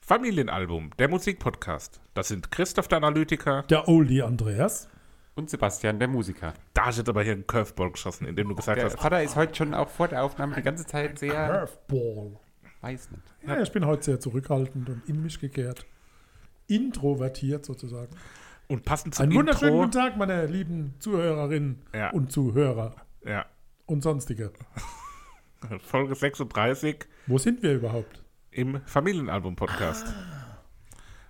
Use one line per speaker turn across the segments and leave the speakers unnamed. Familienalbum, der Musikpodcast. Das sind Christoph der Analytiker.
Der Oldie Andreas.
Und Sebastian, der Musiker.
Da ist jetzt aber hier ein Curveball geschossen, indem du gesagt
Der
hast,
Vater ist heute schon auch vor der Aufnahme die ganze Zeit sehr.
Curveball.
Weiß nicht.
Ja, ich bin heute sehr zurückhaltend und in mich gekehrt. Introvertiert sozusagen.
und passend zum
Einen wunderschönen
Intro.
guten Tag, meine lieben Zuhörerinnen
Ja.
und Zuhörer
Ja,
und sonstige.
Folge 36
Wo sind wir überhaupt?
im Familienalbum-Podcast.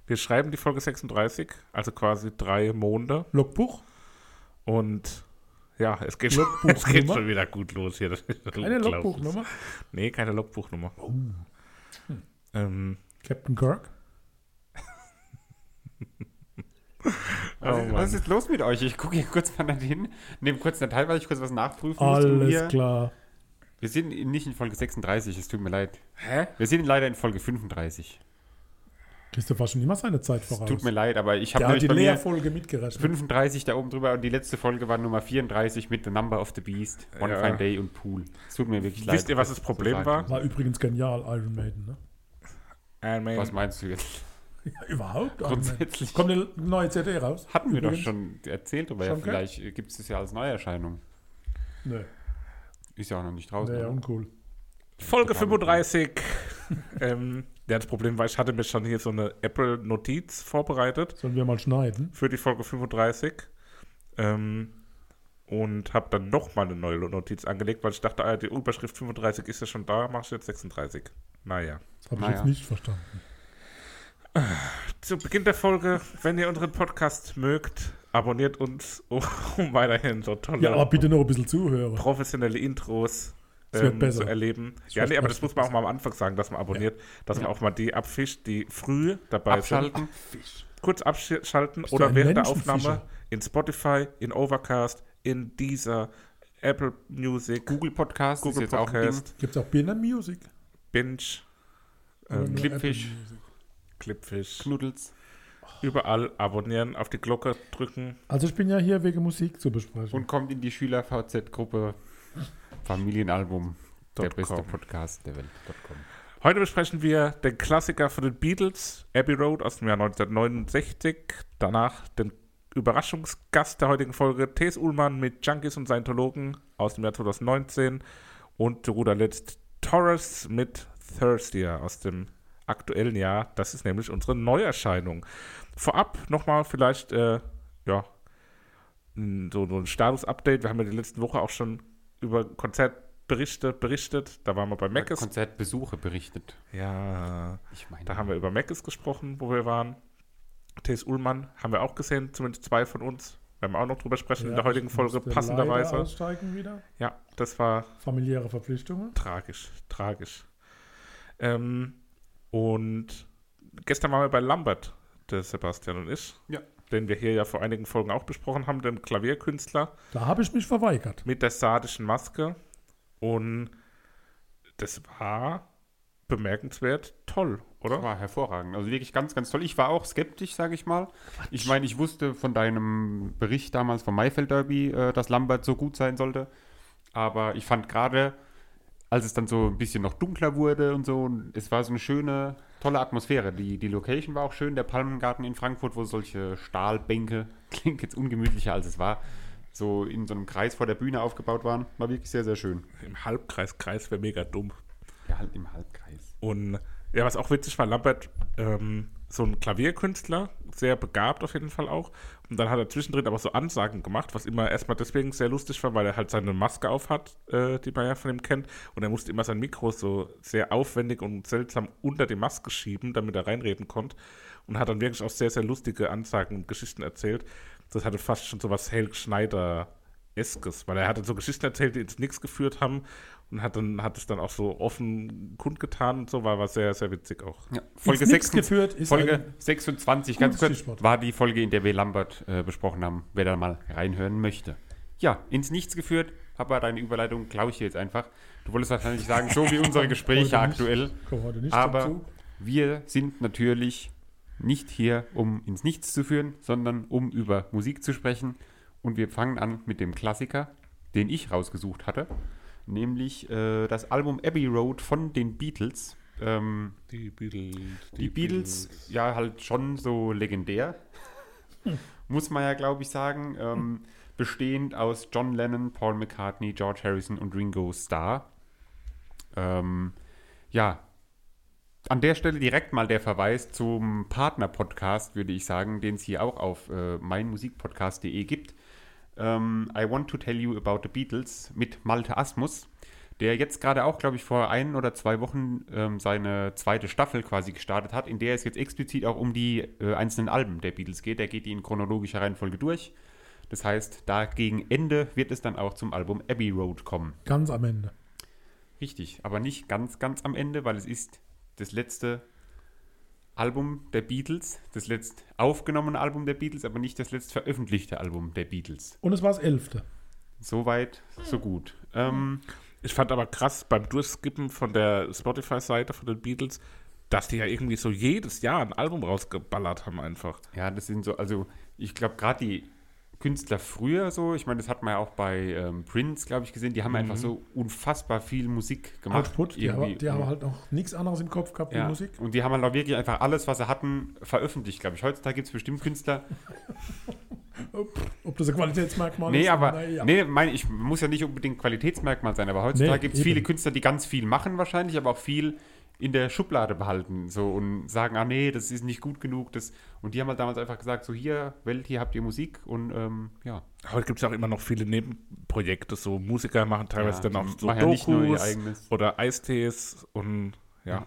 Wir schreiben die Folge 36, also quasi drei Monde.
Logbuch?
Und ja, es geht, schon,
Logbuchnummer?
es geht schon wieder gut los hier. Das ist
Eine
unglaublich.
Logbuchnummer? Oh. Hm.
Nee, keine Logbuchnummer. Ähm,
Captain Kirk?
Was, ist,
Mann.
was ist los mit euch? Ich gucke hier kurz mal hin, nehme kurz einen Teil, weil ich kurz was nachprüfen muss. um
Alles
hier-
klar.
Wir sind in- nicht in Folge 36, es tut mir leid.
Hä?
Wir sind leider in Folge 35.
Christoph war schon immer seine Zeit
Es
voraus.
tut mir leid, aber ich habe
Der hat die
nämlich bei mir
Leerfolge mitgerechnet.
35 da oben drüber und die letzte Folge war Nummer 34 mit The Number of the Beast, One
Ja.
Fine Day und Pool. Es tut mir wirklich leid.
Wisst ihr, was das Problem
sagen
war?
muss.
War übrigens genial, Iron Maiden, ne?
Iron Man.
Was meinst du jetzt?
Ja, überhaupt? Iron Maiden.
Grundsätzlich.
Kommt eine neue CD raus?
Hatten wir doch
Übrigens.
schon erzählt, aber ja,
Schon, gell?
vielleicht gibt es das ja als Neuerscheinung.
Nee,
Ist ja auch noch nicht ne? draußen.
nee
oder?
uncool.
Folge
Programm.
35. ähm, ja, das Problem war, ich hatte mir schon hier so eine Apple-Notiz vorbereitet
Sollen wir mal schneiden?
für die Folge 35. Ähm, und habe dann nochmal eine neue Notiz angelegt, weil ich dachte, ah, die Überschrift 35 ist ja schon da, mach ich jetzt 36. Naja.
Das habe ich
Naja.
jetzt nicht verstanden.
Zu Beginn der Folge, wenn ihr unseren Podcast mögt, abonniert uns, um weiterhin so tolle,
Ja, aber bitte noch ein bisschen zuhören.
professionelle Intros
Es wird
ähm,
besser.
zu erleben.
Es
Ja,
wird
nee, aber
besser.
das muss man auch mal am Anfang sagen, dass man abonniert, dass man auch mal die abfischt, die früh dabei sind.
Abschalten.
Kurz abschalten
du
oder
ein
während der
Menschenfischer?
Aufnahme in Spotify, in Overcast, in dieser Apple Music,
Google Podcast ist
Google
jetzt auch ein Ding.
Podcast,
Gibt es auch Birner Music?
Binge,
Oder
ähm,
nur
Clipfish.
Apple Music?
Clipfish.
Knuddels.
Überall abonnieren, auf die Glocke drücken.
Also ich bin ja hier wegen Musik zu besprechen.
Und kommt in die Schüler-VZ-Gruppe Familienalbum, der
Dot com.
beste Podcast der Welt. Dot com.
Heute besprechen wir den Klassiker von den Beatles, Abbey Road aus dem Jahr 1969. Danach den Überraschungsgast der heutigen Folge, T.S. Ullmann mit Junkies und Scientologen aus dem Jahr 2019. Und zu guter Letzt Torres mit Thirstier aus dem aktuellen Jahr. Das ist nämlich unsere Neuerscheinung. Vorab nochmal vielleicht, äh, ja, n- so, so ein Status-Update. Wir haben ja die letzten Woche auch schon über Konzertberichte berichtet. Da waren wir bei Meckes.
Konzertbesuche berichtet.
Ja,
Ich meine,
da haben wir über Meckes gesprochen, wo wir waren. T.S. Ullmann haben wir auch gesehen, zumindest zwei von uns. Werden wir auch noch drüber sprechen in der heutigen Folge,
Musste
passenderweise.
leider Aussteigen wieder.
Ja, das war
Familiäre Verpflichtungen.
tragisch, tragisch. Ähm, und gestern waren wir bei Lambert, der Sebastian und ich.
Ja.
Den wir hier ja vor einigen Folgen auch besprochen haben, dem Klavierkünstler.
Da habe ich mich verweigert.
mit der sardischen Maske. Und das war bemerkenswert toll,
das
oder?
war hervorragend. Also wirklich ganz, ganz toll. Ich war auch skeptisch, sage ich mal. Ich meine, ich wusste von deinem Bericht damals vom Maifeld Derby, äh, dass Lambert so gut sein sollte. Aber ich fand gerade, als es dann so ein bisschen noch dunkler wurde und so, und es war so eine schöne, tolle Atmosphäre. Die, die Location war auch schön, der Palmengarten in Frankfurt, wo solche Stahlbänke, klingt jetzt ungemütlicher als es war, so in so einem Kreis vor der Bühne aufgebaut waren. War wirklich sehr, sehr schön.
Im Halbkreis, Kreis wäre mega dumm.
Ja, halt im Halbkreis.
Und ja, was auch witzig war, Lambert, ähm, so ein Klavierkünstler, sehr begabt auf jeden Fall auch. Und dann hat er zwischendrin aber so Ansagen gemacht, was immer erstmal deswegen sehr lustig war, weil er halt seine Maske auf hat, äh, die man ja von ihm kennt. Und er musste immer sein Mikro so sehr aufwendig und seltsam unter die Maske schieben, damit er reinreden konnte. Und hat dann wirklich auch sehr, sehr lustige Ansagen und Geschichten erzählt. Das hatte fast schon so was Helg Schneider Eskes, weil er hatte so Geschichten erzählt, die ins Nix geführt haben und hat dann hat es dann auch so offen kundgetan und so, war, war sehr, sehr witzig auch.
Ja, Folge,
Ins Nix
26,
geführt ist
Folge
ein
26, ganz
gutes
kurz,
Stichwort.
war die Folge, in der wir Lambert äh, besprochen haben, wer da mal reinhören möchte. Ja, ins Nichts geführt, aber deine Überleitung klaue ich dir jetzt einfach. Du wolltest wahrscheinlich sagen, so wie unsere Gespräche
Heute nicht.
aktuell.
Komm heute nicht
Aber
dazu.
wir sind natürlich nicht hier, um ins Nichts zu führen, sondern um über Musik zu sprechen. Und wir fangen an mit dem Klassiker, den ich rausgesucht hatte, nämlich äh, das Album Abbey Road von den Beatles. ähm,
Die Beatles.
die Beatles, Hm. ja, halt schon so legendär, muss man ja, glaube ich, sagen. Ähm, bestehend aus John Lennon, Paul McCartney, George Harrison und Ringo Starr. Ähm, ja, an der Stelle direkt mal der Verweis zum Partner-Podcast, würde ich sagen, den es hier auch auf äh, meinmusikpodcast.de gibt. Ähm, I Want to Tell You About the Beatles mit Malte Asmus, der jetzt gerade auch, glaube ich, vor ein oder zwei Wochen ähm, seine zweite Staffel quasi gestartet hat, in der es jetzt explizit auch um die äh, einzelnen Alben der Beatles geht. Der geht die in chronologischer Reihenfolge durch. Das heißt, da gegen Ende wird es dann auch zum Album Abbey Road kommen.
Ganz am Ende.
Richtig, aber nicht ganz, ganz am Ende, weil es ist das letzte Album der Beatles, das letzt aufgenommene Album der Beatles, aber nicht das letzt veröffentlichte Album der Beatles.
Und es war das elfte.
Soweit, so gut. Ähm,
Ich fand aber krass beim Durchskippen von der Spotify-Seite von den Beatles, dass die ja irgendwie so jedes Jahr ein Album rausgeballert haben einfach.
ja, das sind so, also ich glaube, gerade die Künstler früher so, ich meine, das hat man ja auch bei ähm, Prince, glaube ich, gesehen, die haben einfach so unfassbar viel Musik gemacht.
Mhm. Output, die
irgendwie.
haben, die haben halt noch nichts anderes im Kopf gehabt wie
Ja.
Musik.
Und die haben halt auch wirklich einfach alles, was sie hatten, veröffentlicht, glaube ich. Heutzutage gibt es bestimmt Künstler,
Ob, ob das ein Qualitätsmerkmal
Nee,
ist?
aber
naja.
nee, mein, ich muss ja nicht unbedingt Qualitätsmerkmal sein, aber heutzutage
Nee,
gibt es viele
eben.
Künstler, die ganz viel machen wahrscheinlich, aber auch viel in der Schublade behalten so und sagen, ah nee, das ist nicht gut genug. Das, und die haben halt damals einfach gesagt, so hier, Welt, hier habt ihr Musik und ähm, ja.
Heute gibt es ja auch immer noch viele Nebenprojekte, so Musiker machen teilweise
Ja,
dann auch
die
so
machen ja nicht nur ihr
Dokus
eigenes.
oder Eistees und ja,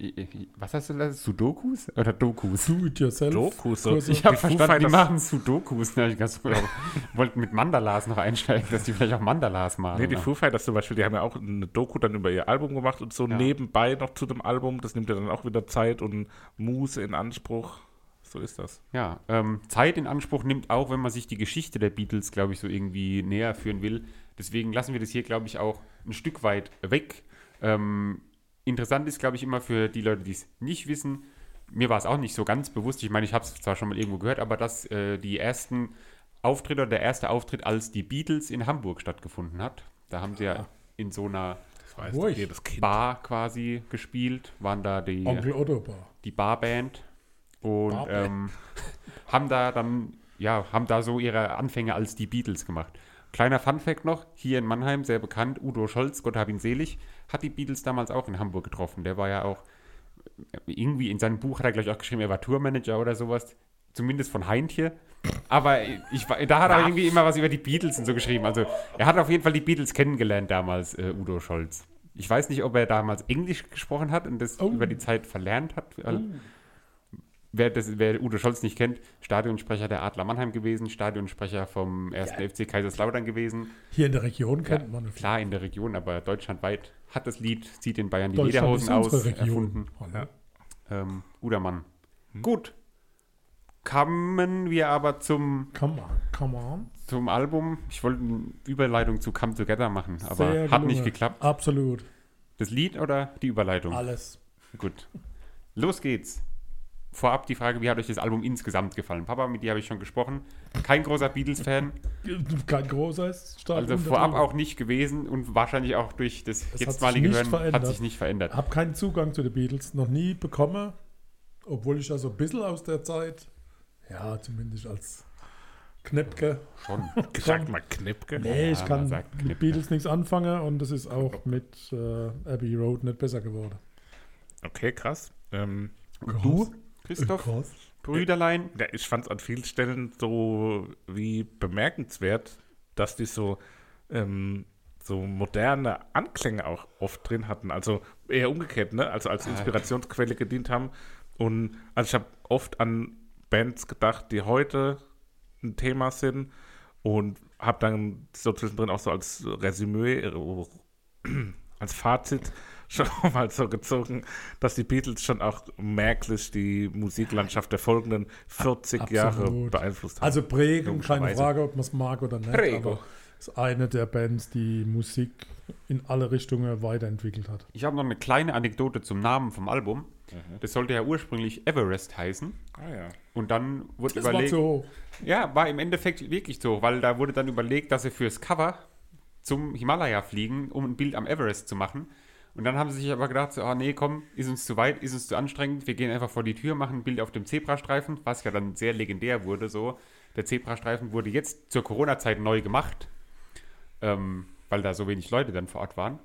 I- I- Was hast du da? Sudokus? Oder Dokus?
Do it yourself.
Dokus, so.
Kurse.
Ich
Ich habe
Die Foo
verstanden, die
Fighters-
machen Sudokus. Ne? Ich ganz- wollte mit Mandalas noch einsteigen, dass die vielleicht auch Mandalas machen.
nee, die Foo Fighters zum Beispiel, die haben ja auch eine Doku dann über ihr Album gemacht und so
Ja.
nebenbei noch zu dem Album, das nimmt ja dann auch wieder Zeit und Muße in Anspruch. So ist das.
Ja, ähm, Zeit in Anspruch nimmt auch, wenn man sich die Geschichte der Beatles, glaube ich, so irgendwie näher führen will. Deswegen lassen wir das hier, glaube ich, auch ein Stück weit weg. Ähm, interessant ist, glaube ich, immer für die Leute, die es nicht wissen. Mir war es auch nicht so ganz bewusst. Ich meine, ich habe es zwar schon mal irgendwo gehört, aber dass äh, die ersten Auftritte, oder der erste Auftritt als die Beatles in Hamburg stattgefunden hat. Da haben sie ja in so einer
Das weiß
Ruhig.
jedes Kind.
Bar quasi gespielt, waren da die
Onkel Otto Bar.
die Barband und
Barband.
ähm, haben da dann ja haben da so ihre Anfänge als die Beatles gemacht. Kleiner Funfact noch, hier in Mannheim sehr bekannt, Udo Scholz, Gott hab ihn selig, hat die Beatles damals auch in Hamburg getroffen. Der war ja auch irgendwie in seinem Buch hat er gleich auch geschrieben, er war Tourmanager oder sowas, zumindest von Heintje. Aber ich, war- da hat er irgendwie immer was über die Beatles und so geschrieben. Also er hat auf jeden Fall die Beatles kennengelernt damals, äh, Udo Scholz. Ich weiß nicht, ob er damals Englisch gesprochen hat und das
Oh.
über die Zeit verlernt hat. Weil wer, das, wer Udo Scholz nicht kennt, Stadionsprecher der Adler Mannheim gewesen, Stadionsprecher vom 1. FC Kaiserslautern gewesen.
Hier in der Region
Ja,
kennt man ihn.
klar in der Region, aber deutschlandweit hat das Lied, zieht in Bayern die
Deutschland
Lederhosen
ist
aus,
unsere
erfunden.
Region. Hallo.
Ja.
Ähm, guter Mann.
Hm.
Gut. Kommen wir aber zum,
Come on, come on.
zum Album. Ich wollte eine Überleitung zu Come Together machen, aber
Sehr
hat
gelungen.
nicht geklappt.
Absolut.
Das Lied oder die Überleitung?
Alles.
Gut. Los geht's. Vorab die Frage, wie hat euch das Album insgesamt gefallen? Papa, mit dir habe ich schon gesprochen. Kein großer Beatles-Fan,
Kein großer ist stark
also
unter
vorab
drüber.
auch nicht gewesen und wahrscheinlich auch durch das,
hat sich
jetztmalige
nicht
Hören hat
verändert.
sich nicht verändert.
Hab keinen Zugang zu den Beatles, noch nie bekommen, obwohl ich ja so ein bisschen aus der Zeit, ja, zumindest als Knepke.
Schon.
Gesagt mal Knipke.
Nee, ich
man
kann
sagt
mit
Knepke.
Beatles nichts anfangen und es ist auch mit äh, Abbey Road nicht besser geworden.
Okay, krass. Ähm,
Du?
Christoph, Brüderlein,
Ja, ich fand es an vielen Stellen so wie bemerkenswert, dass die so, ähm, so moderne Anklänge auch oft drin hatten. Also eher umgekehrt, ne? Also
Ah,
als Inspirationsquelle gedient haben. Und also ich habe oft an Bands gedacht, die heute ein Thema sind und habe dann so zwischendrin auch so als Resümee, äh, als Fazit schon mal so gezogen, dass die Beatles schon auch merklich die Musiklandschaft der folgenden 40 Jahre
Absolut.
beeinflusst haben.
Also Prägung, keine
Logischerweise.
Frage, ob man es mag oder nicht.
Prägung.
aber Ist eine der Bands, die Musik in alle Richtungen weiterentwickelt hat.
Ich habe noch eine kleine Anekdote zum Namen vom Album. Das sollte ja ursprünglich Everest heißen.
ah, ja.
Und dann wurde
Das war
überlegt.
zu hoch.
Ja, war im Endeffekt wirklich so, weil da wurde dann überlegt, dass sie fürs Cover zum Himalaya fliegen, um ein Bild am Everest zu machen. Und dann haben sie sich aber gedacht, so, ah nee, komm, ist uns zu weit, ist uns zu anstrengend, wir gehen einfach vor die Tür, machen ein Bild auf dem Zebrastreifen, was ja dann sehr legendär wurde so. Der Zebrastreifen wurde jetzt zur Corona-Zeit neu gemacht, ähm, weil da so wenig Leute dann vor Ort waren.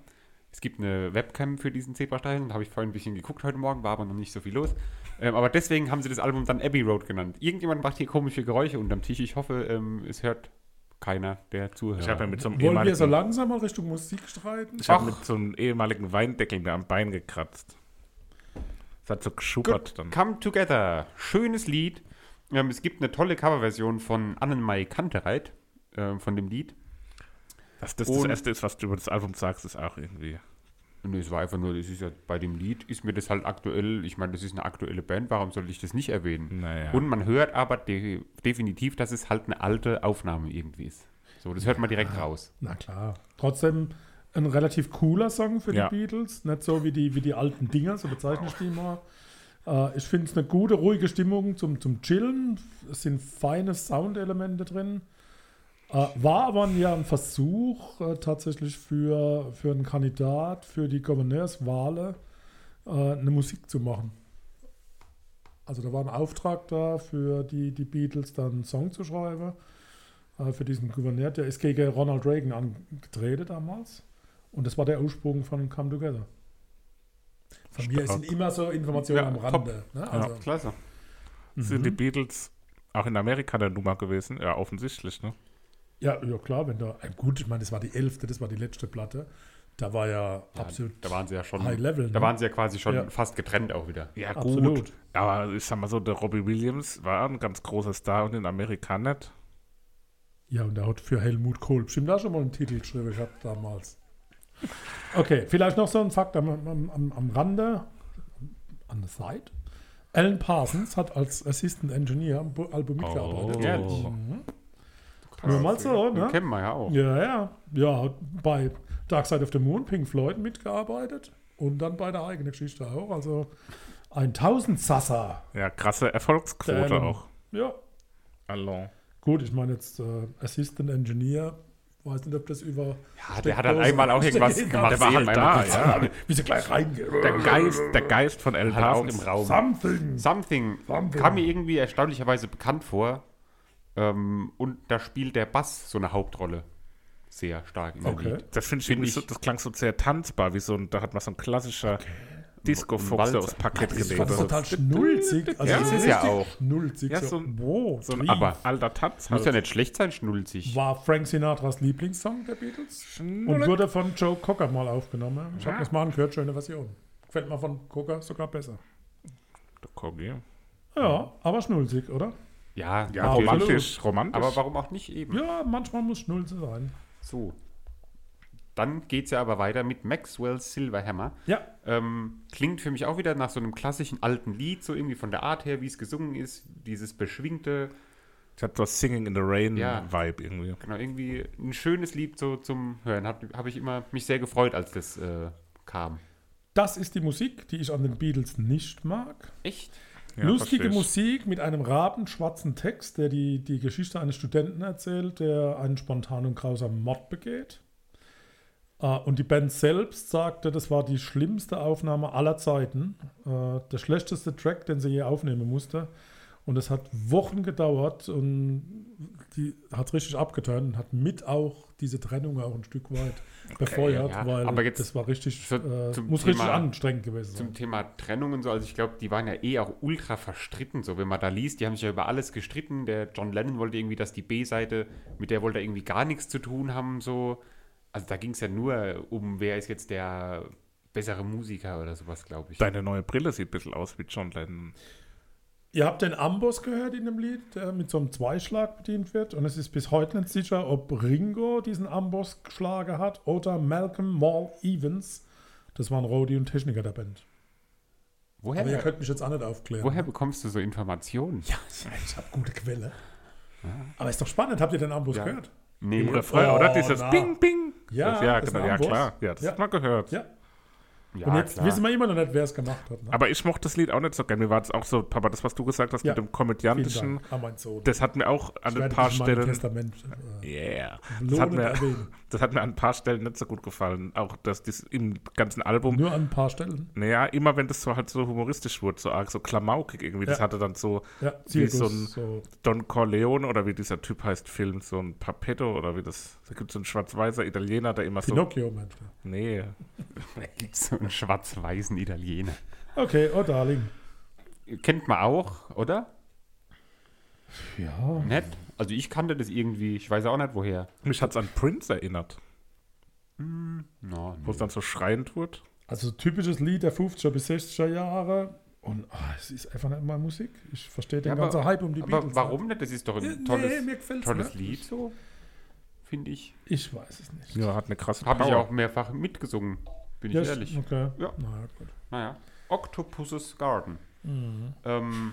Es gibt eine Webcam für diesen Zebrastreifen, da habe ich vorhin ein bisschen geguckt heute Morgen, war aber noch nicht so viel los. Ähm, aber deswegen haben sie das Album dann Abbey Road genannt. Irgendjemand macht hier komische Geräusche unterm Tisch. Ich hoffe, ähm, es hört keiner der Zuhörer.
Ich habe ja mit so einem
Wollen wir
ehemaligen,
so langsam mal Richtung Musik streiten?
ich hab
Ach.
mit so einem ehemaligen Weindeckel mir am Bein gekratzt. Es hat so geschuppert dann.
Come Together, schönes Lied. Ähm, es gibt eine tolle Coverversion von Annenmai Kantereit ähm, von dem Lied.
Dass das das
Und-
Erste ist, was du über das Album sagst, ist auch irgendwie.
Und es war einfach nur, das ist ja bei dem Lied, ist mir das halt aktuell, ich meine, das ist eine aktuelle Band, warum sollte ich das nicht erwähnen?
Naja.
Und man hört aber de definitiv, dass es halt eine alte Aufnahme irgendwie ist. So, das hört man direkt raus.
Na klar. Trotzdem ein relativ cooler Song für
Ja.
die Beatles. Nicht so wie die, wie die alten Dinger, so bezeichne ich die mal. Äh, ich finde es eine gute, ruhige Stimmung zum, zum Chillen. Es sind feine Soundelemente drin. Äh, war aber ja ein Versuch äh, tatsächlich für, für einen Kandidat, für die Gouverneurswahle, äh, eine Musik zu machen. Also da war ein Auftrag da, für die, die Beatles dann einen Song zu schreiben äh, für diesen Gouverneur. Der ist gegen Ronald Reagan angetreten damals. Und das war der Ursprung von Come Together. Von mir
Stark.
sind immer so Informationen
Ja,
am Rande. Ne? Also,
Klasse. Mhm.
Sind die Beatles auch in Amerika der Nummer gewesen? Ja, offensichtlich, ne?
ja. ja, klar, wenn da. äh, Gut, ich meine, das war die elfte, das war die letzte Platte. Da war ja, absolut.
Da waren sie ja schon,
High Level,
da
ne?
waren sie ja quasi schon
Ja.
fast getrennt auch wieder.
Ja, gut.
Absolut.
Aber ich sag mal so, der Robbie Williams war ein ganz großer Star und in Amerika nicht.
Ja, und der hat für Helmut Kohl bestimmt auch schon mal einen Titel geschrieben gehabt damals. Okay, vielleicht noch so ein Fakt am, am, am, am Rande, an der Seite. Alan Parsons hat als Assistant Engineer am Bu- Album mitgearbeitet. Mhm.
ehrlich.
Nur mal so,
Den
ne?
kennen wir ja auch.
Ja, ja. Ja, hat bei Dark Side of the Moon, Pink Floyd mitgearbeitet und dann bei der eigenen Geschichte auch. Also ein Tausendsasser.
Ja, krasse Erfolgsquote
Der, ähm,
auch.
Ja.
Allons.
Gut, ich meine jetzt äh, Assistant Engineer. Weiß nicht, ob das über.
Ah, der hat dann einmal auch irgendwas gemacht.
Der war
Eben,
halt da,
einmal-
ja.
Wie sie gleich reingehen.
Der Geist, der Geist von Alan
Halt auch
Parsons.
im Raum.
Something.
Something,
Something.
kam mir irgendwie erstaunlicherweise bekannt vor. Ähm, und da spielt der Bass so eine Hauptrolle. Sehr stark in dem
Okay.
Lied.
Das finde ich
Find
irgendwie
ich-
so, das klang so sehr tanzbar, wie so ein, da hat man so ein klassischer Disco-Fuchs
Walzer.
der aufs Parkett
Ich fand
gelegt.
es
hat.
total schnulzig. Also
Ja,
so
ist es ja
richtig
auch.
Schnulzig.
Ja, so ein-
wow,
So ein
trief.
aber alter Tanz
Muss
halt.
ja nicht schlecht sein, schnulzig.
War Frank Sinatras Lieblingssong der Beatles und wurde von Joe Cocker mal aufgenommen. Ich habe
Ja.
das mal angehört, schöne Version. Gefällt mir von Cocker sogar besser.
Der Corgi.
Ja, aber schnulzig, oder?
Ja,
Ja,
natürlich.
romantisch, romantisch.
Aber warum auch nicht eben?
Ja, manchmal muss Schnulze sein.
So. Dann geht's ja aber weiter mit Maxwell Silverhammer.
Ja,
Ähm, klingt für mich auch wieder nach so einem klassischen alten Lied, so irgendwie von der Art her, wie es gesungen ist, dieses beschwingte,
Es hat so Singing in the Rain-Vibe
Ja.
irgendwie.
genau, irgendwie ein schönes Lied so zum Hören. Habe hab ich immer mich sehr gefreut, als das äh, kam.
das ist die Musik, die ich an den Beatles nicht mag.
Echt?
Ja,
Lustige
versteh ich.
Musik mit einem rabenschwarzen Text, der die, die Geschichte eines Studenten erzählt, der einen spontanen und grausamen Mord begeht. Äh, Und die Band selbst sagte, das war die schlimmste Aufnahme aller Zeiten. äh, Der schlechteste Track, den sie je aufnehmen musste. Und es hat Wochen gedauert und die hat richtig abgetan und hat mit auch diese Trennung auch ein Stück weit befeuert,
ja.
weil
Aber jetzt
das war richtig,
so
äh,
zum
muss richtig
Thema-
anstrengend gewesen sein.
Zum Thema Trennung und so, also ich glaube, die waren ja eh auch ultra verstritten, so wenn man da liest, die haben sich ja über alles gestritten. Der John Lennon wollte irgendwie, dass die B-Seite, mit der wollte er irgendwie gar nichts zu tun haben, so. Also da ging es ja nur um, wer ist jetzt der bessere Musiker oder sowas, glaube ich.
Deine neue Brille sieht ein bisschen aus wie John Lennon.
Ihr habt den Amboss gehört in dem Lied, der mit so einem Zweischlag bedient wird. Und es ist bis heute nicht sicher, ob Ringo diesen Amboss geschlagen hat oder Malcolm Mal Evans. Das waren Rodi und Techniker der Band. Aber ihr
Woher,
könnt mich jetzt auch nicht aufklären.
woher bekommst du so Informationen?
Ja, ich, ich habe gute Quelle. Aber ist doch spannend. Habt ihr den Amboss gehört?
Nee,
Im Refrain, oder?
Oh,
Dieses
na.
Bing, Bing.
Ja,
das, ja,
das
genau,
war
ja
ein Boss.
klar. Ja, das
Ja.
hat man gehört.
Ja.
Ja,
Und jetzt
klar.
wissen wir immer noch nicht, wer es gemacht hat. Ne?
Aber ich mochte das Lied auch nicht so gern. Mir war das auch so, Papa, das, was du gesagt hast
Ja.
mit dem
Vielen
komödiantischen,
Dank an mein Sohn.
das hat mir auch an
Ich
ein
werde
paar
dich in meinem
Stellen.
Testament, äh,
Yeah. Das hat,
lohnend
mir,
erwähnen.
das hat mir an ein paar Stellen nicht so gut gefallen. Auch das, das im ganzen Album.
Nur an ein paar Stellen.
Naja, immer wenn das so halt so humoristisch wurde, so arg, so klamaukig irgendwie. Das
Ja.
hatte dann so
Ja,
Wie
Zirkus,
so ein-
so.
Don Corleone oder wie dieser Typ heißt, Film, so ein Papetto oder wie das. Da gibt es so einen schwarz-weißer Italiener, der immer so.
Pinocchio, Mensch.
Nee.
So einen schwarz-weißen Italiener.
Okay, oh Darling.
Kennt man auch, oder?
Ja.
Nett. Also ich kannte das irgendwie, ich weiß auch nicht woher.
Mich hat es an Prince erinnert,
No,
wo es dann so schreiend wurde.
Also typisches Lied der 50er bis 60er Jahre. Und ah, es ist einfach nicht mal Musik. Ich verstehe den
Ja,
ganzen Hype um die
aber
Beatles.
warum nicht? Das ist doch
nicht.
ein
Nee,
tolles,
mir gefällt's ne?
tolles
nicht.
Lied, so, finde ich.
Ich weiß es nicht.
Ja, hat eine krasse
Habe ich auch mehrfach mitgesungen, bin ich
Ja,
ehrlich.
Okay.
Ja.
Na ja, gut.
Naja. Octopus's Garden.
Mhm.
Ähm,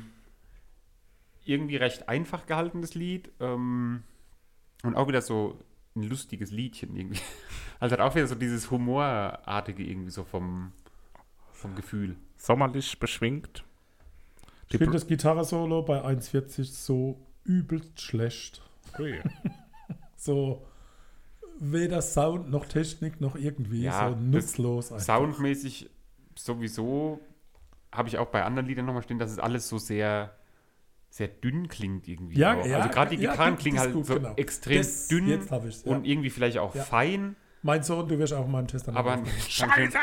irgendwie recht einfach gehaltenes Lied. Ähm, und auch wieder so ein lustiges Liedchen irgendwie. Also hat auch wieder so dieses Humorartige irgendwie so vom, vom Gefühl.
Sommerlich beschwingt.
Ich finde das Gitarre-Solo bei 1,40 so übelst schlecht.
Oh
Ui.
So weder Sound noch Technik noch irgendwie.
Ja,
so
das
nutzlos. einfach.
Soundmäßig sowieso habe ich auch bei anderen Liedern nochmal stehen, dass es alles so sehr, sehr dünn klingt irgendwie.
Ja,
auch.
ja,
also gerade die
ja,
Gitarren
das
klingen
ist
halt
gut,
so
genau.
extrem
Das-
dünn
jetzt hab ich's, ja.
und irgendwie vielleicht auch
Ja.
fein,
Mein Sohn, du wirst auch mal ein Testament.
aber
aufnehmen.
Scheiße!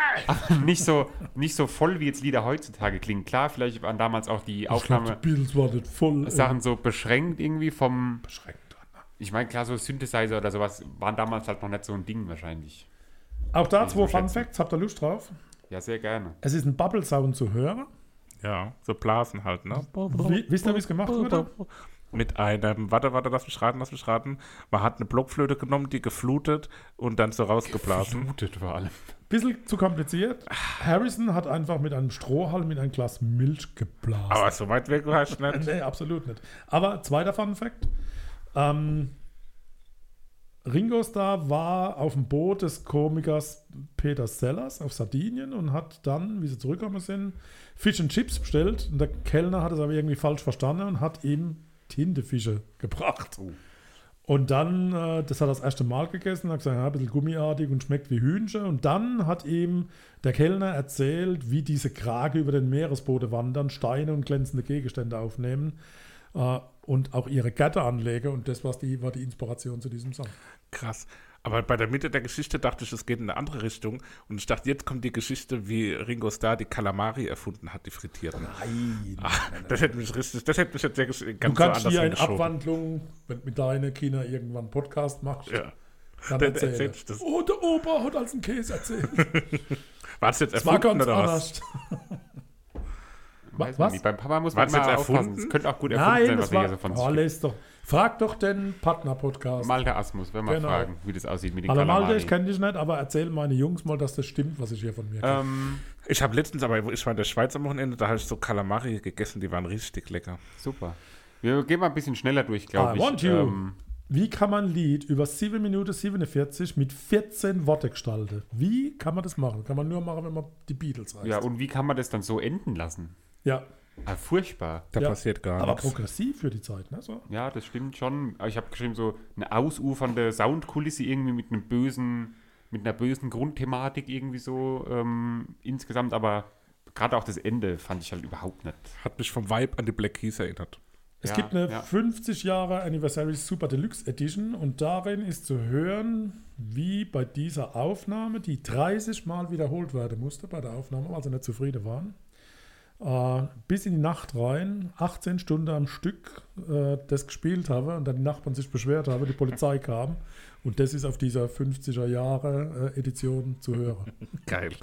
nicht so nicht so voll wie jetzt Lieder heutzutage klingen. Klar, vielleicht waren damals auch die
ich glaube, die
Aufnahme
Beatles waren nicht voll. äh,
Sachen so beschränkt irgendwie vom
beschränkt.
ich meine klar so Synthesizer oder sowas waren damals halt noch nicht so ein Ding wahrscheinlich.
Auch da
ich
zwei Fun
schätzen.
Facts. Habt ihr Lust drauf?
Ja, sehr gerne.
Es ist ein Bubble-Sound zu hören.
Ja, so Blasen halt, ne?
Wie, wisst ihr, wie es gemacht wurde?
Mit einem, warte, warte, lass mich raten, lass mich raten. Man hat eine Blockflöte genommen, die geflutet und dann so rausgeblasen.
Blutet vor allem.
Bisschen zu kompliziert. Harrison hat einfach mit einem Strohhalm in ein Glas Milch geblasen.
Aber so weit weg war ich nicht.
Nee, absolut nicht. Aber zweiter Fun Fact. Ähm, Ringo Starr war auf dem Boot des Komikers Peter Sellers auf Sardinien und hat dann, wie sie zurückgekommen sind, Fish and Chips bestellt. Und der Kellner hat es aber irgendwie falsch verstanden und hat ihm Tintefische gebracht. Und dann, äh, das hat er das erste Mal gegessen, hat gesagt, ja, ein bisschen gummiartig und schmeckt wie Hühnchen. Und dann hat ihm der Kellner erzählt, wie diese Krake über den Meeresboden wandern, Steine und glänzende Gegenstände aufnehmen äh, und auch ihre Gatter anlegen. Und das war die, war die Inspiration zu diesem Song.
Krass. Aber bei der Mitte der Geschichte dachte ich, es geht in eine andere Richtung. Und ich dachte, jetzt kommt die Geschichte, wie Ringo Starr die Kalamari erfunden hat, die frittierten. Ah,
Nein.
Das hätte mich richtig, das hätte mich jetzt sehr gesch-
Du
ganz
kannst
so anders
hier in
hingeschoben.
Abwandlung, wenn du mit deinen Kindern irgendwann einen Podcast machst,
Ja.
dann
Dann
erzähl.
erzähl ich das.
Oh, der Opa hat als ein Käse erzählt.
War das jetzt
Es war
erfunden
ganz
oder was?
anders.
Weiß
was?
man nicht. Beim Papa muss man
War's
immer
jetzt
aufpassen.
erfunden?
Es könnte auch gut erfunden
Nein,
sein,
das
was wir
war.
hier so von sich
oh, lest doch. Frag doch den
geben.
Partner-Podcast.
Malte Asmus, wenn wir
Genau.
fragen, wie das aussieht mit den
Hallo
Kalamari.
Malte, ich kenne dich nicht, aber erzähl meine Jungs mal, dass das stimmt, was ich hier von mir kriege.
ähm,
Ich habe letztens, aber ich war in der Schweiz am Wochenende, da habe ich so Kalamari gegessen, die waren richtig lecker.
Super. Wir gehen mal ein bisschen schneller durch, glaube
I
ich.
Ah, want you.
Ähm,
Wie kann man ein Lied über 7 Minuten 47 mit 14 Worte gestalten? Wie kann man das machen? Kann man nur machen, wenn man die Beatles reißt.
ja, und wie kann man das dann so enden lassen?
ja.
Ah, furchtbar.
Da
Ja.
passiert gar
aber
nichts.
progressiv für die Zeit. Ne? So.
Ja, das stimmt schon. Aber Ich habe geschrieben, so eine ausufernde Soundkulisse irgendwie mit einem bösen, mit einer bösen Grundthematik irgendwie so ähm, insgesamt, aber gerade auch das Ende fand ich halt überhaupt nicht.
Hat mich vom Vibe an die Black Keys erinnert.
Es
Ja,
gibt eine
ja.
50 Jahre Anniversary Super Deluxe Edition und darin ist zu hören, wie bei dieser Aufnahme, die 30 Mal wiederholt werden musste bei der Aufnahme, weil sie nicht zufrieden waren, äh, bis in die Nacht rein, 18 Stunden am Stück äh, das gespielt habe und dann die Nachbarn sich beschwert haben, die Polizei kam und das ist auf dieser 50er Jahre äh, Edition zu hören.
Geil.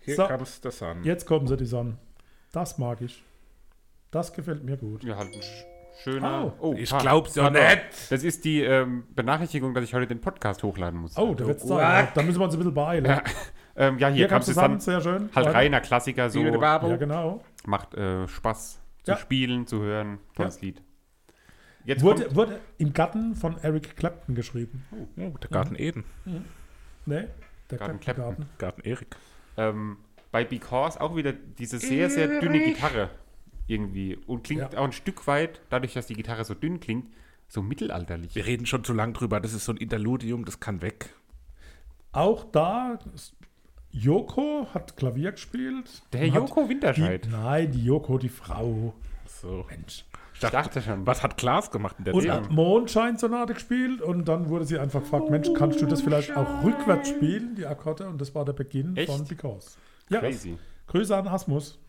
Hier
So.
so. kam's das an.
Jetzt kommen sie, die Sonne. Das mag ich. Das gefällt mir gut.
Ja, halt ein sch schöner.
Oh,
ich
ha-
glaub's ja
ha-
nicht.
Das ist die ähm, Benachrichtigung, dass ich heute den Podcast hochladen muss.
Oh, da wird's
Also,
sein. Ja, da müssen wir uns ein bisschen beeilen.
Ja, ähm, ja hier,
Hier kam
kam es dann
zusammen, sehr schön.
halt
Leute.
reiner Klassiker, so
Ja, genau.
macht äh, Spaß zu
Ja.
spielen, zu hören. Tolles Lied. Jetzt
Wurde,
kommt,
wurde im Garten von Eric Clapton geschrieben.
Oh, der Garten Eden.
Ne? Der
Garten
Clapton-Garten.
Garten Erik.
Ähm, bei Big Horse auch wieder diese sehr, sehr dünne Gitarre irgendwie und klingt
Äh, Ja.
auch ein Stück weit, dadurch, dass die Gitarre so dünn klingt, so mittelalterlich.
Wir reden schon zu lang drüber. Das ist so ein Interludium, das kann weg.
Auch da, Joko hat Klavier gespielt.
Der
Hat
Joko Winterscheid.
Die, nein, die Joko, die Frau.
So.
Mensch.
ich dachte schon,
Was hat Klaas gemacht in der
Und
Zeit?
hat Mondscheinsonate gespielt und dann wurde sie einfach gefragt, Mensch, kannst du das vielleicht auch rückwärts spielen, die Akkorde? Und das war der Beginn
Echt?
von Because. Ja,
crazy.
Grüße an Asmus.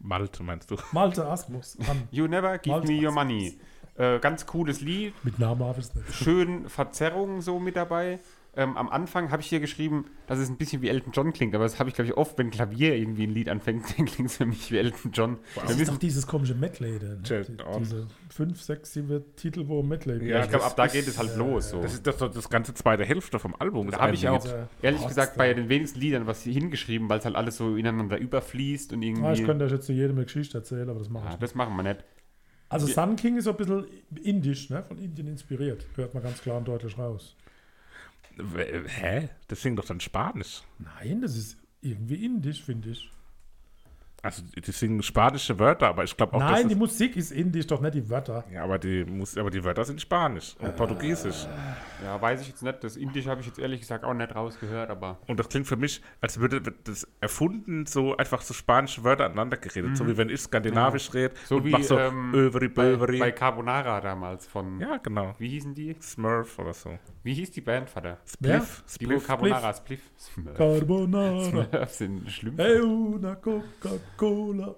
Malte, meinst du?
Malte Asmus. An.
You never give
Malte
me your
Asmus.
money. Äh, ganz cooles Lied,
Mit Namen habe ich es nicht.
schön Verzerrungen so mit dabei. Ähm, am Anfang habe ich hier geschrieben, dass es ein bisschen wie Elton John klingt, aber das habe ich, glaube ich, oft, wenn Klavier irgendwie ein Lied anfängt, dann klingt es für mich wie Elton John.
Das
Wir
ist doch
wissen,
dieses komische Medley. da, Ne?
Chillt
Die,
out.
diese fünf, sechs, sieben Titel, wo Medley
Ja,
ich glaube,
das
ab da
ist,
geht es halt
äh,
los. So.
Das ist das, das ganze zweite Hälfte vom Album. Äh,
Da
ist
habe ich
ein
auch,
Lied.
diese
ehrlich
Trotz
gesagt,
da.
bei den wenigsten Liedern was hier hingeschrieben, weil es halt alles so ineinander überfließt und irgendwie.
Ah, ich könnte euch jetzt zu jedem eine Geschichte erzählen, aber das mache ich
Ah,
nicht.
das machen wir nicht.
Also Sun King ist so ein bisschen indisch, ne? von Indien inspiriert. Hört man ganz klar und deutlich raus.
W- Äh, Hä? Das klingt doch dann Spanisch.
Nein, das ist irgendwie indisch, finde ich.
Also, die singen spanische Wörter, aber ich glaube auch,
Nein, die
dass.
Musik ist indisch, doch nicht die Wörter.
es- Ja, aber die, Äh. muss, aber die Wörter sind Spanisch und Portugiesisch.
Ja, weiß ich jetzt nicht. Das Indisch habe ich jetzt ehrlich gesagt auch nicht rausgehört, aber
Und das klingt für mich, als würde das erfunden, so einfach so spanische Wörter aneinander geredet. So wie wenn ich skandinavisch rede
so
und
wie
mach Mhm. so
ähm,
Överi,
bei,
Böveri.
bei Carbonara damals von.
ja, genau.
Wie hießen die?
Smurf oder so.
Wie hieß die Band, Vater?
Spliff.
Die wo
Spliff.
Carbonara, Spliff. Smurf.
Carbonara,
Smurfs sind schlimm.
e una Coca-Cola.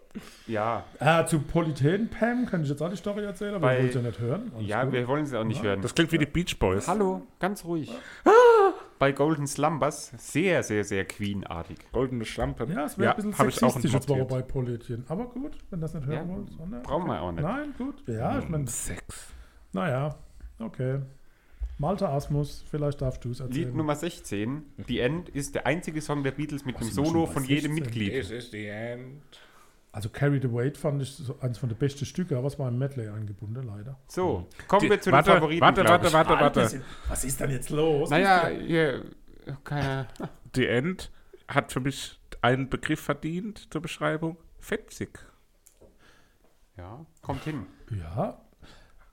Ja,
Ah, zu Politäden Pam kann ich jetzt auch die Story erzählen, aber
Bei-
ihr wollt ja nicht hören. Alles
ja
gut.
wir wollen sie auch nicht hören.
Das klingt wie die Beach Boys.
Hallo, ganz ruhig.
Ah!
Bei Golden Slumbers sehr, sehr, sehr Queen-artig.
Goldene Schlampe.
ja, es wäre ein bisschen
hab ich auch
sexistisch jetzt war
notiert.
bei Politien. Aber gut, wenn das nicht hören
Ja,
wollt. so, ne?
brauchen wir auch nicht.
Nein, gut.
Genau.
Ja, ich meine,
Hm, Sex.
naja, okay. Malte Asmus, vielleicht darfst du es erzählen.
Lied Nummer 16, The End, ist der einzige Song der Beatles mit einem
sind wir
Solo
schon bei
von jedem
16?
Mitglied.
is the end.
also Carry the Weight fand ich so eins von den besten Stücke, aber es war im Medley eingebunden, leider.
So, kommen
Die-
wir zu den
warte,
Favoriten.
warte,
glaub
warte,
ich.
warte, warte.
Was ist denn jetzt los?
Naja, hier, keine.
The End hat für mich einen Begriff verdient zur Beschreibung. Fetzig.
Ja, kommt hin.
Ja.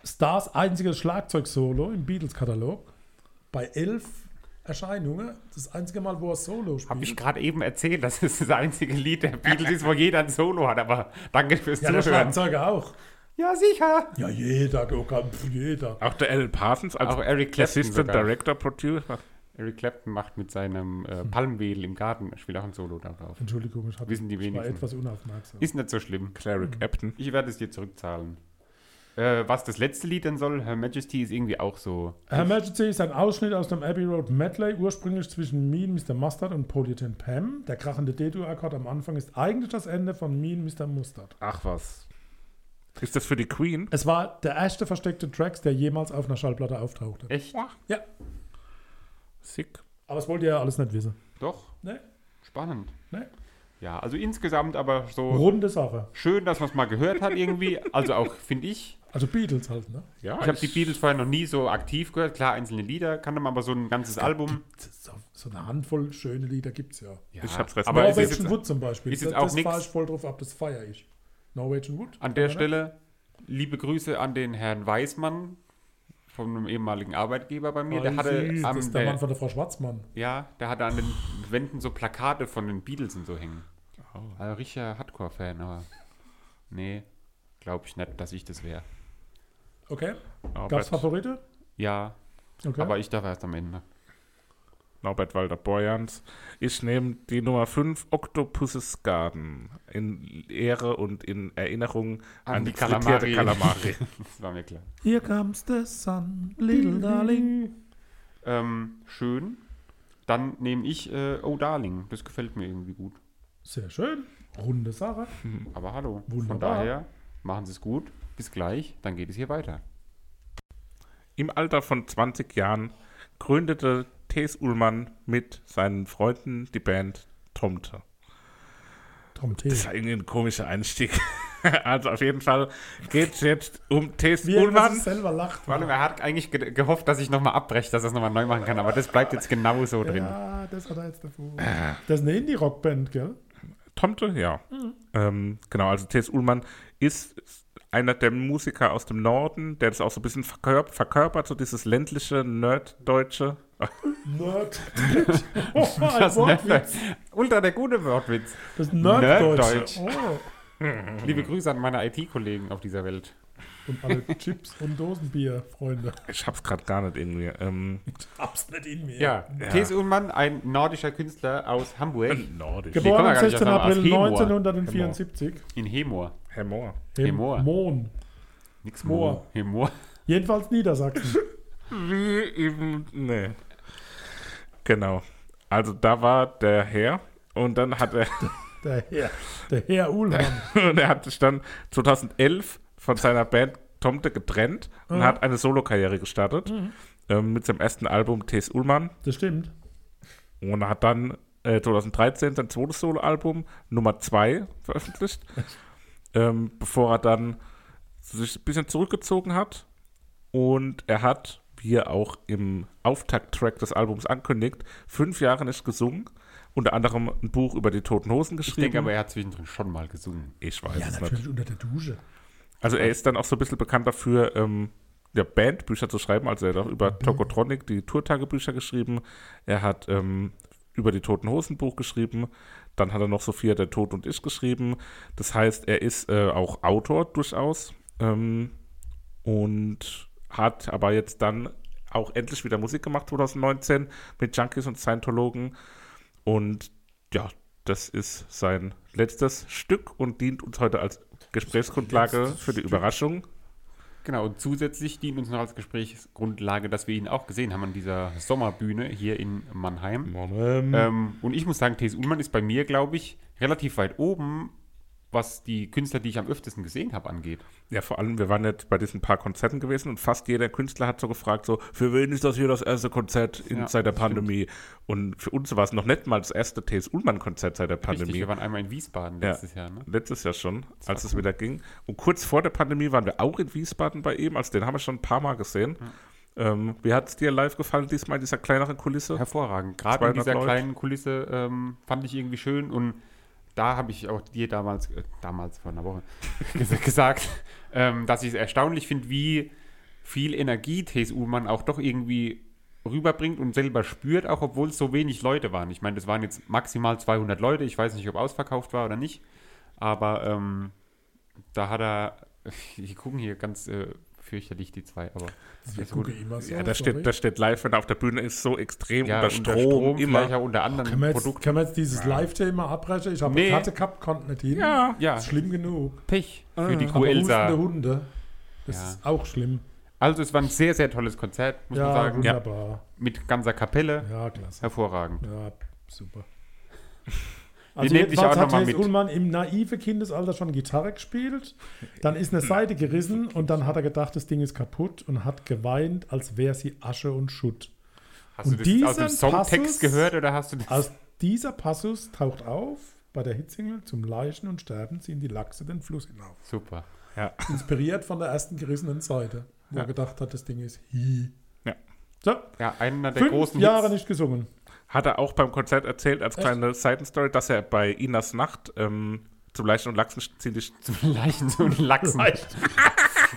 Stars einziges Schlagzeug-Solo im Beatles-Katalog. Bei elf Erscheinungen. Das einzige Mal, wo er Solo spielt.
Habe ich gerade eben erzählt, dass es das einzige Lied der Beatles ist, wo jeder ein Solo hat, aber danke fürs
ja, der
Zuhören.
Schlagzeuger auch.
Ja, sicher.
Ja, jeder, Goka, pf, jeder.
Auch der Alan Parsons als
Auch Eric Clapton.
Assistant
sogar.
Director Producer.
Eric Clapton macht mit seinem äh, Palmwedel im Garten, spielt auch ein Solo darauf.
Entschuldigung, ich, hab,
Wissen die
ich war
wenigsten.
etwas unaufmerksam.
Ist nicht so schlimm.
Hm.
Cleric Epton.
Ich werde es dir zurückzahlen. Äh, was das letzte Lied dann soll, Her Majesty ist irgendwie auch so.
Her Majesty ist ein Ausschnitt aus dem Abbey Road Medley, ursprünglich zwischen Mean Mr. Mustard und Politan Pam. Der krachende D-Dur-Akkord am Anfang ist eigentlich das Ende von Mean Mr. Mustard.
Ach was. Ist das für die Queen?
Es war der erste versteckte Track, der jemals auf einer Schallplatte auftauchte.
Echt?
Ja,
Sick.
aber das wollt ihr ja alles nicht wissen.
Doch,
Ne?
spannend.
Ne?
Ja, also insgesamt aber so
Runde Sache.
schön, dass man es mal gehört hat irgendwie. Also auch, finde ich.
Also Beatles halt, ne?
Ja,
Ich habe die Beatles vorher noch nie so aktiv gehört. Klar, einzelne Lieder, kann man aber so ein ganzes Album.
So, so eine Handvoll schöne Lieder gibt's ja.
Ja,
Ich hab's
aber es
respektiert.
ist
Norwegian
jetzt,
Wood zum Beispiel.
ist jetzt
das
auch nix- Ah,
fahre ich voll drauf ab, das feiere ich. Norwegian Wood.
an der
Ja, ne?
Stelle liebe Grüße an den Herrn Weismann von einem ehemaligen Arbeitgeber bei mir. Der hatte
das
am,
ist der Mann
der,
von der Frau Schwarzmann.
Ja, der hatte an den Wänden so Plakate von den Beatles und so hängen. Also richtiger Hardcore-Fan, aber nee, glaube ich nicht, dass ich das wäre.
Okay. Gab's
Norbert,
Favorite?
Ja,
Okay.
aber ich darf erst am Ende.
Norbert Walter Borjans. Ich nehme die Nummer 5, Octopus's Garden. In Ehre und in Erinnerung an, die Kalamari. Kalamari.
das war mir klar.
Here comes the sun, little darling.
Ähm, schön. Dann nehme ich äh, Oh Darling. Das gefällt mir irgendwie gut.
Sehr schön. Runde Sache.
Aber hallo. Von
Wunderbar.
daher, machen Sie es gut. Bis gleich, dann geht es hier weiter.
Im Alter von 20 Jahren gründete T.S. Ullmann mit seinen Freunden die Band Tomte.
Tom T.
Das war irgendwie ein komischer Einstieg. also auf jeden Fall geht es jetzt um T.S.
Wie er über
Ullmann.
sich selber lacht.
Vor allem, er hat eigentlich ge gehofft, dass ich nochmal abbreche, dass er es nochmal neu machen kann, aber das bleibt jetzt genauso drin.
Ja, das hat er jetzt davor.
Ah.
Das ist eine Indie-Rockband, gell?
Tomte, ja. Ähm, genau, also T.S. Ullmann ist einer der Musiker aus dem Norden, der das auch so ein bisschen verkörp verkörpert, so dieses ländliche, nerddeutsche.
Nerd. oh, ein
Das
Wortwitz.
Nerddeutsch. Ultra der gute Wortwitz.
Das ist Nerddeutsch.
Nerddeutsch.
Oh.
Liebe Grüße an meine IT-Kollegen auf dieser Welt.
Und alle Chips und Dosenbier, Freunde.
Ich hab's gerade gar nicht irgendwie. Ähm,
Hab's nicht in mir.
Ja, T.S. Ullmann, ein nordischer Künstler aus Hamburg.
Nordisch.
Die kommen
Geboren
ja
am
gar nicht
16.
aus Hamburg, aus
April
Hemmoor.
1974.
In Hemor.
Herr Mohr.
Im
Hemmoor.
Mohn.
Nix
Moor.
Moor. Hemor.
Jedenfalls Niedersachsen.
Wie im. Nee. Genau. Also da war der Herr und dann hat er.
Der Herr, der Herr Uhlmann.
und er hat sich dann 2011 von seiner Band Tomte getrennt und
Mhm.
hat eine Solokarriere gestartet ähm, mit seinem ersten Album T.S. Ullmann
Das stimmt.
und hat dann äh, 2013 sein zweites Soloalbum Nummer 2 veröffentlicht, ähm, bevor er dann sich ein bisschen zurückgezogen hat und er hat, wie er auch im Auftakttrack des Albums ankündigt, fünf Jahre nicht gesungen, unter anderem ein Buch über die Toten Hosen
Ich
geschrieben.
denke aber, er hat zwischendrin schon mal gesungen.
ich weiß es nicht.
unter der Dusche.
Also er ist dann auch so ein bisschen bekannt dafür, ähm, ja, Bandbücher zu schreiben. Also er hat auch über Tokotronic die Tourtagebücher geschrieben. Er hat ähm, über die Toten Hosen Buch geschrieben. Dann hat er noch Sophia der Tod und ich geschrieben. Das heißt, er ist äh, auch Autor durchaus ähm, und hat aber jetzt dann auch endlich wieder Musik gemacht 2019 mit Junkies und Scientologen. Und ja, das ist sein letztes Stück und dient uns heute als Gesprächsgrundlage
Letztes
für die
Stück.
Überraschung.
Genau, und zusätzlich dient uns noch als Gesprächsgrundlage, dass wir ihn auch gesehen haben an dieser Sommerbühne hier in Mannheim. Ähm, und ich muss sagen, T.S. Ullmann ist bei mir, glaube ich, relativ weit oben, was die Künstler, die ich am öftesten gesehen habe, angeht.
Ja, vor allem, wir waren jetzt bei diesen paar Konzerten gewesen und fast jeder Künstler hat so gefragt, so, für wen ist das hier das erste Konzert in,
Ja,
seit der
das stimmt.
Pandemie? Und für uns war es noch nicht mal das erste T.S. Ullmann-Konzert seit der
Richtig,
Pandemie.
wir waren einmal in Wiesbaden
Ja.
letztes Jahr, ne?
Letztes Jahr schon,
war
als es
cool.
wieder ging. Und kurz vor der Pandemie waren wir auch in Wiesbaden bei ihm, also den haben wir schon ein paar Mal gesehen. Ähm, wie hat es dir live gefallen, diesmal in dieser kleineren Kulisse?
Hervorragend. Gerade in
200
dieser
Leute.
kleinen Kulisse ähm, fand ich irgendwie schön und da habe ich auch dir damals, äh, damals vor einer Woche ges- gesagt, ähm, dass ich es erstaunlich finde, wie viel Energie TSU man auch doch irgendwie rüberbringt und selber spürt, auch obwohl es so wenig Leute waren. Ich meine, das waren jetzt maximal 200 Leute. Ich weiß nicht, ob ausverkauft war oder nicht, aber ähm, da hat er, die gucken hier ganz äh, fürchterlich die zwei, aber
Wir
ist gut.
gucken immer so.
ja, da
sorry.
steht, da steht live, wenn er auf der Bühne ist, so extrem
ja,
unter
unter
Strom, immer.
vielleicht auch unter anderen
Können wir
Produkten.
jetzt, können wir jetzt dieses Live-Thema abbrechen? Ich habe
Nee.
eine Karte gehabt, konnte nicht hin.
Ja,
Ja,
Das ist Ah. schlimm genug.
Pech für die
Aber hustende
Coelsa.
Hunde. Das
Ja.
ist auch schlimm.
Also es war ein sehr, sehr tolles Konzert, muss man sagen.
wunderbar.
Mit ganzer Kapelle.
Ja, klasse.
Hervorragend.
Ja, super.
nehmen dich
jedenfalls
auch noch mal
hat T.S.
mit.
Ullmann im naive Kindesalter schon Gitarre gespielt, dann ist eine Seite gerissen und dann hat er gedacht, das Ding ist kaputt und hat geweint, als wäre sie Asche und Schutt.
Hast
Und
du das aus
diesen
dem Songtext
Passus-
gehört oder hast du das?
Aus dieser Passus taucht auf, bei der Hitzingel zum Leichen und Sterben ziehen die Lachse den Fluss hinauf.
Super.
ja.
Inspiriert von der ersten gerissenen Seite, wo
Ja.
er gedacht hat, das Ding ist hi.
Ja.
So,
Ja, einer der
fünf
großen
Jahre
Hits.
nicht gesungen.
Hat er auch beim Konzert erzählt, als
Echt?
kleine Seitenstory, dass er bei Inas Nacht ähm, zum Leichen und Lachsen ziehen die,
Zum Leichen und Lachsen.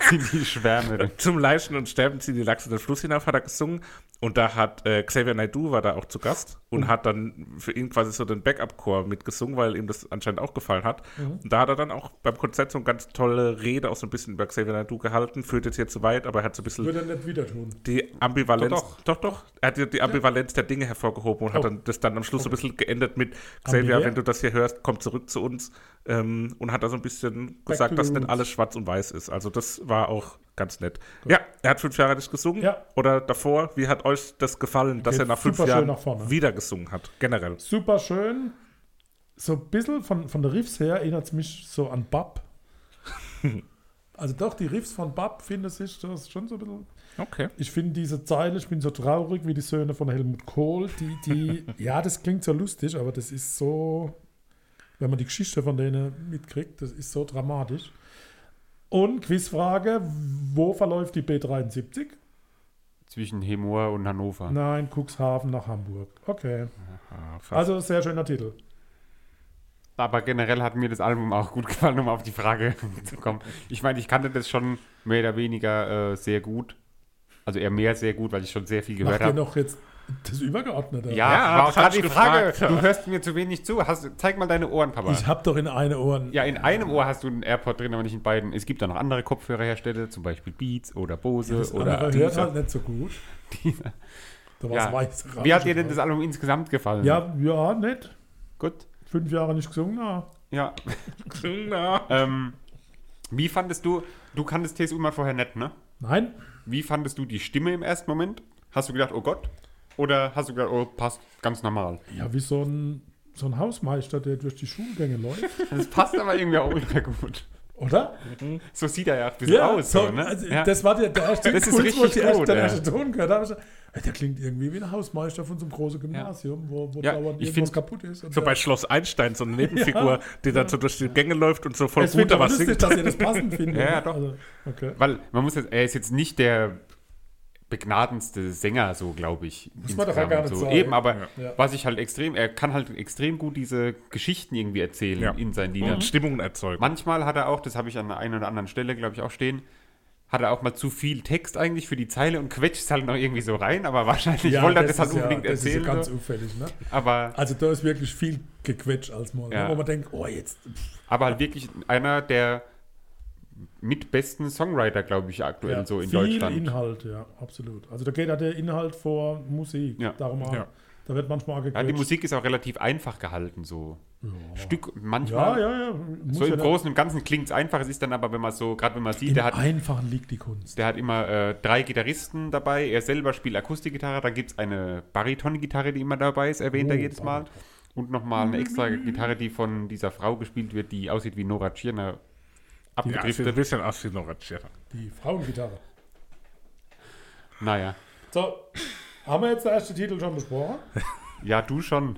sind die Schwärme.
zum Leichen und Sterben ziehen die Lachse den Fluss hinauf, hat er gesungen. Und da hat äh, Xavier Naidoo war da auch zu Gast und hat dann für ihn quasi so den Backup-Chor mitgesungen, weil ihm das anscheinend auch gefallen hat. Und da hat er dann auch beim Konzert so eine ganz tolle Rede auch so ein bisschen über Xavier Naidoo gehalten. Führt jetzt hier zu weit, aber er hat so ein bisschen
Würde er nicht wieder tun.
die Ambivalenz,
Doch,
doch, doch, er hat die- die Ambivalenz der Dinge hervorgehoben und hat
Oh.
dann das dann am Schluss so ein bisschen geändert mit Xavier,
Ambiver-
wenn du das hier hörst, komm zurück zu uns ähm, und hat da so ein bisschen
to
gesagt,
the
dass nicht
roots.
alles schwarz und weiß ist. Also das war auch ganz nett. Ja, er hat fünf Jahre nicht gesungen
Ja.
oder davor, wie hat euch das gefallen, dass er
Geht
nach fünf
superschön
Jahren
nach vorne.
wieder gesungen hat, generell?
super schön. So ein bisschen von, von der Riffs her erinnert es mich so an Bab. also doch, die Riffs von Bab finde ich das schon so ein bisschen.
Okay.
Ich finde diese Zeile, ich bin so traurig wie die Söhne von Helmut Kohl, die, die, ja, das klingt so lustig, aber das ist so wenn man die Geschichte von denen mitkriegt. Das ist so dramatisch. Und Quizfrage: Wo verläuft die B73?
Zwischen Hemmoor und Hannover.
Nein, Cuxhaven nach Hamburg. Okay.
Ah, fast.
Also sehr schöner Titel.
Aber generell hat mir das Album auch gut gefallen, um auf die Frage zu kommen. Ich meine, ich kannte das schon mehr oder weniger äh, sehr gut. Also eher mehr sehr gut, weil ich schon sehr viel gehört
Macht ihr
habe.
noch jetzt das Übergeordnete?
Ja,
Ja,
war
das
auch gerade
hab ich
die Frage.
gefragt.
Du hörst mir zu wenig zu. Hast, zeig mal deine Ohren, Papa.
Ich habe doch in eine Ohren.
ja, in einem Ohr hast du einen AirPod drin, aber nicht in beiden. Es gibt da noch andere Kopfhörerhersteller, zum Beispiel Beats oder Bose
das
oder.
andere hört
dieser.
halt nicht so gut. Da war's
ja.
weiß.
Wie hat dir denn das Album insgesamt gefallen?
Ja, ja, nett.
Gut.
Fünf Jahre nicht gesungen. Na.
Ja.
Na.
Ähm, wie fandest du, du kanntest TSU mal vorher nicht, ne?
Nein,
Wie fandest du die Stimme im ersten Moment? Hast du gedacht, oh Gott? Oder hast du gedacht, oh, passt ganz normal?
ja, wie so ein, so ein Hausmeister, der durch die Schulgänge läuft.
Das passt aber irgendwie auch immer gut.
Oder?
So sieht er ja auch ein bisschen aus. So, ne?
also,
ja.
Das war der, der erste
Das ist
Impuls, wo ich
richtig
die erste-
gut,
den
ja.
ersten Ton gehört habe. Ich so, ey, Der klingt irgendwie wie ein Hausmeister von so einem großen Gymnasium, wo, wo
Ja,
dauernd
ich
irgendwas
find-
kaputt ist. Und
So bei Schloss Einstein, so eine Nebenfigur, die da so durch die Gänge läuft und so voll
es wird
gut
doch
aber
lustig,
singt.
dass ihr das passend findet.
Ja, ja, doch.
Also, okay.
Weil man muss jetzt, er ist jetzt nicht der begnadendste Sänger, so glaube ich. Muss
man doch auch gar nicht
so.
sagen.
Eben, aber
Ja.
was ich halt extrem, er kann halt extrem gut diese Geschichten irgendwie erzählen
Ja. Mhm.
in seinen Liedern.
Und Stimmungen erzeugt.
Manchmal hat er auch, das habe ich an der einen oder anderen Stelle, glaube ich, auch stehen, hat er auch mal zu viel Text eigentlich für die Zeile und quetscht es halt noch irgendwie so rein, aber wahrscheinlich wollte er das halt
ist ja-
unbedingt
das
erzählen.
Ist ja ganz
so.
auffällig, ne?
aber,
Also da ist wirklich viel gequetscht als mal, ne?
Ja.
wo man denkt, oh jetzt.
aber halt wirklich einer der mit besten Songwriter, glaube ich, aktuell so in
viel
Deutschland.
Inhalt, ja, absolut. Also da geht ja der Inhalt vor Musik.
Ja.
Darum auch,
Ja.
Da wird manchmal auch
ja,
gequetscht.
die Musik ist auch relativ einfach gehalten, so. Stück
ja,
manchmal.
ja, ja. Muss ja
So im
nicht-
Großen und Ganzen klingt es einfach, es ist dann aber, wenn man so, gerade wenn man sieht,
Im
der hat
Einfachen liegt die Kunst.
Der hat immer äh, drei Gitarristen dabei. Er selber spielt Akustikgitarre. Dann gibt es eine Baritongitarre, die immer dabei ist, erwähnt er
Oh,
jedes Mal. Und nochmal eine extra Gitarre, die von dieser Frau gespielt wird, die aussieht wie Nora Tschirner.
Ja, es sieht ein
Abgedriftet.
bisschen aus wie Noratschera.
Die Frauengitarre.
Naja.
So, haben wir jetzt den ersten Titel schon besprochen?
Ja, du schon.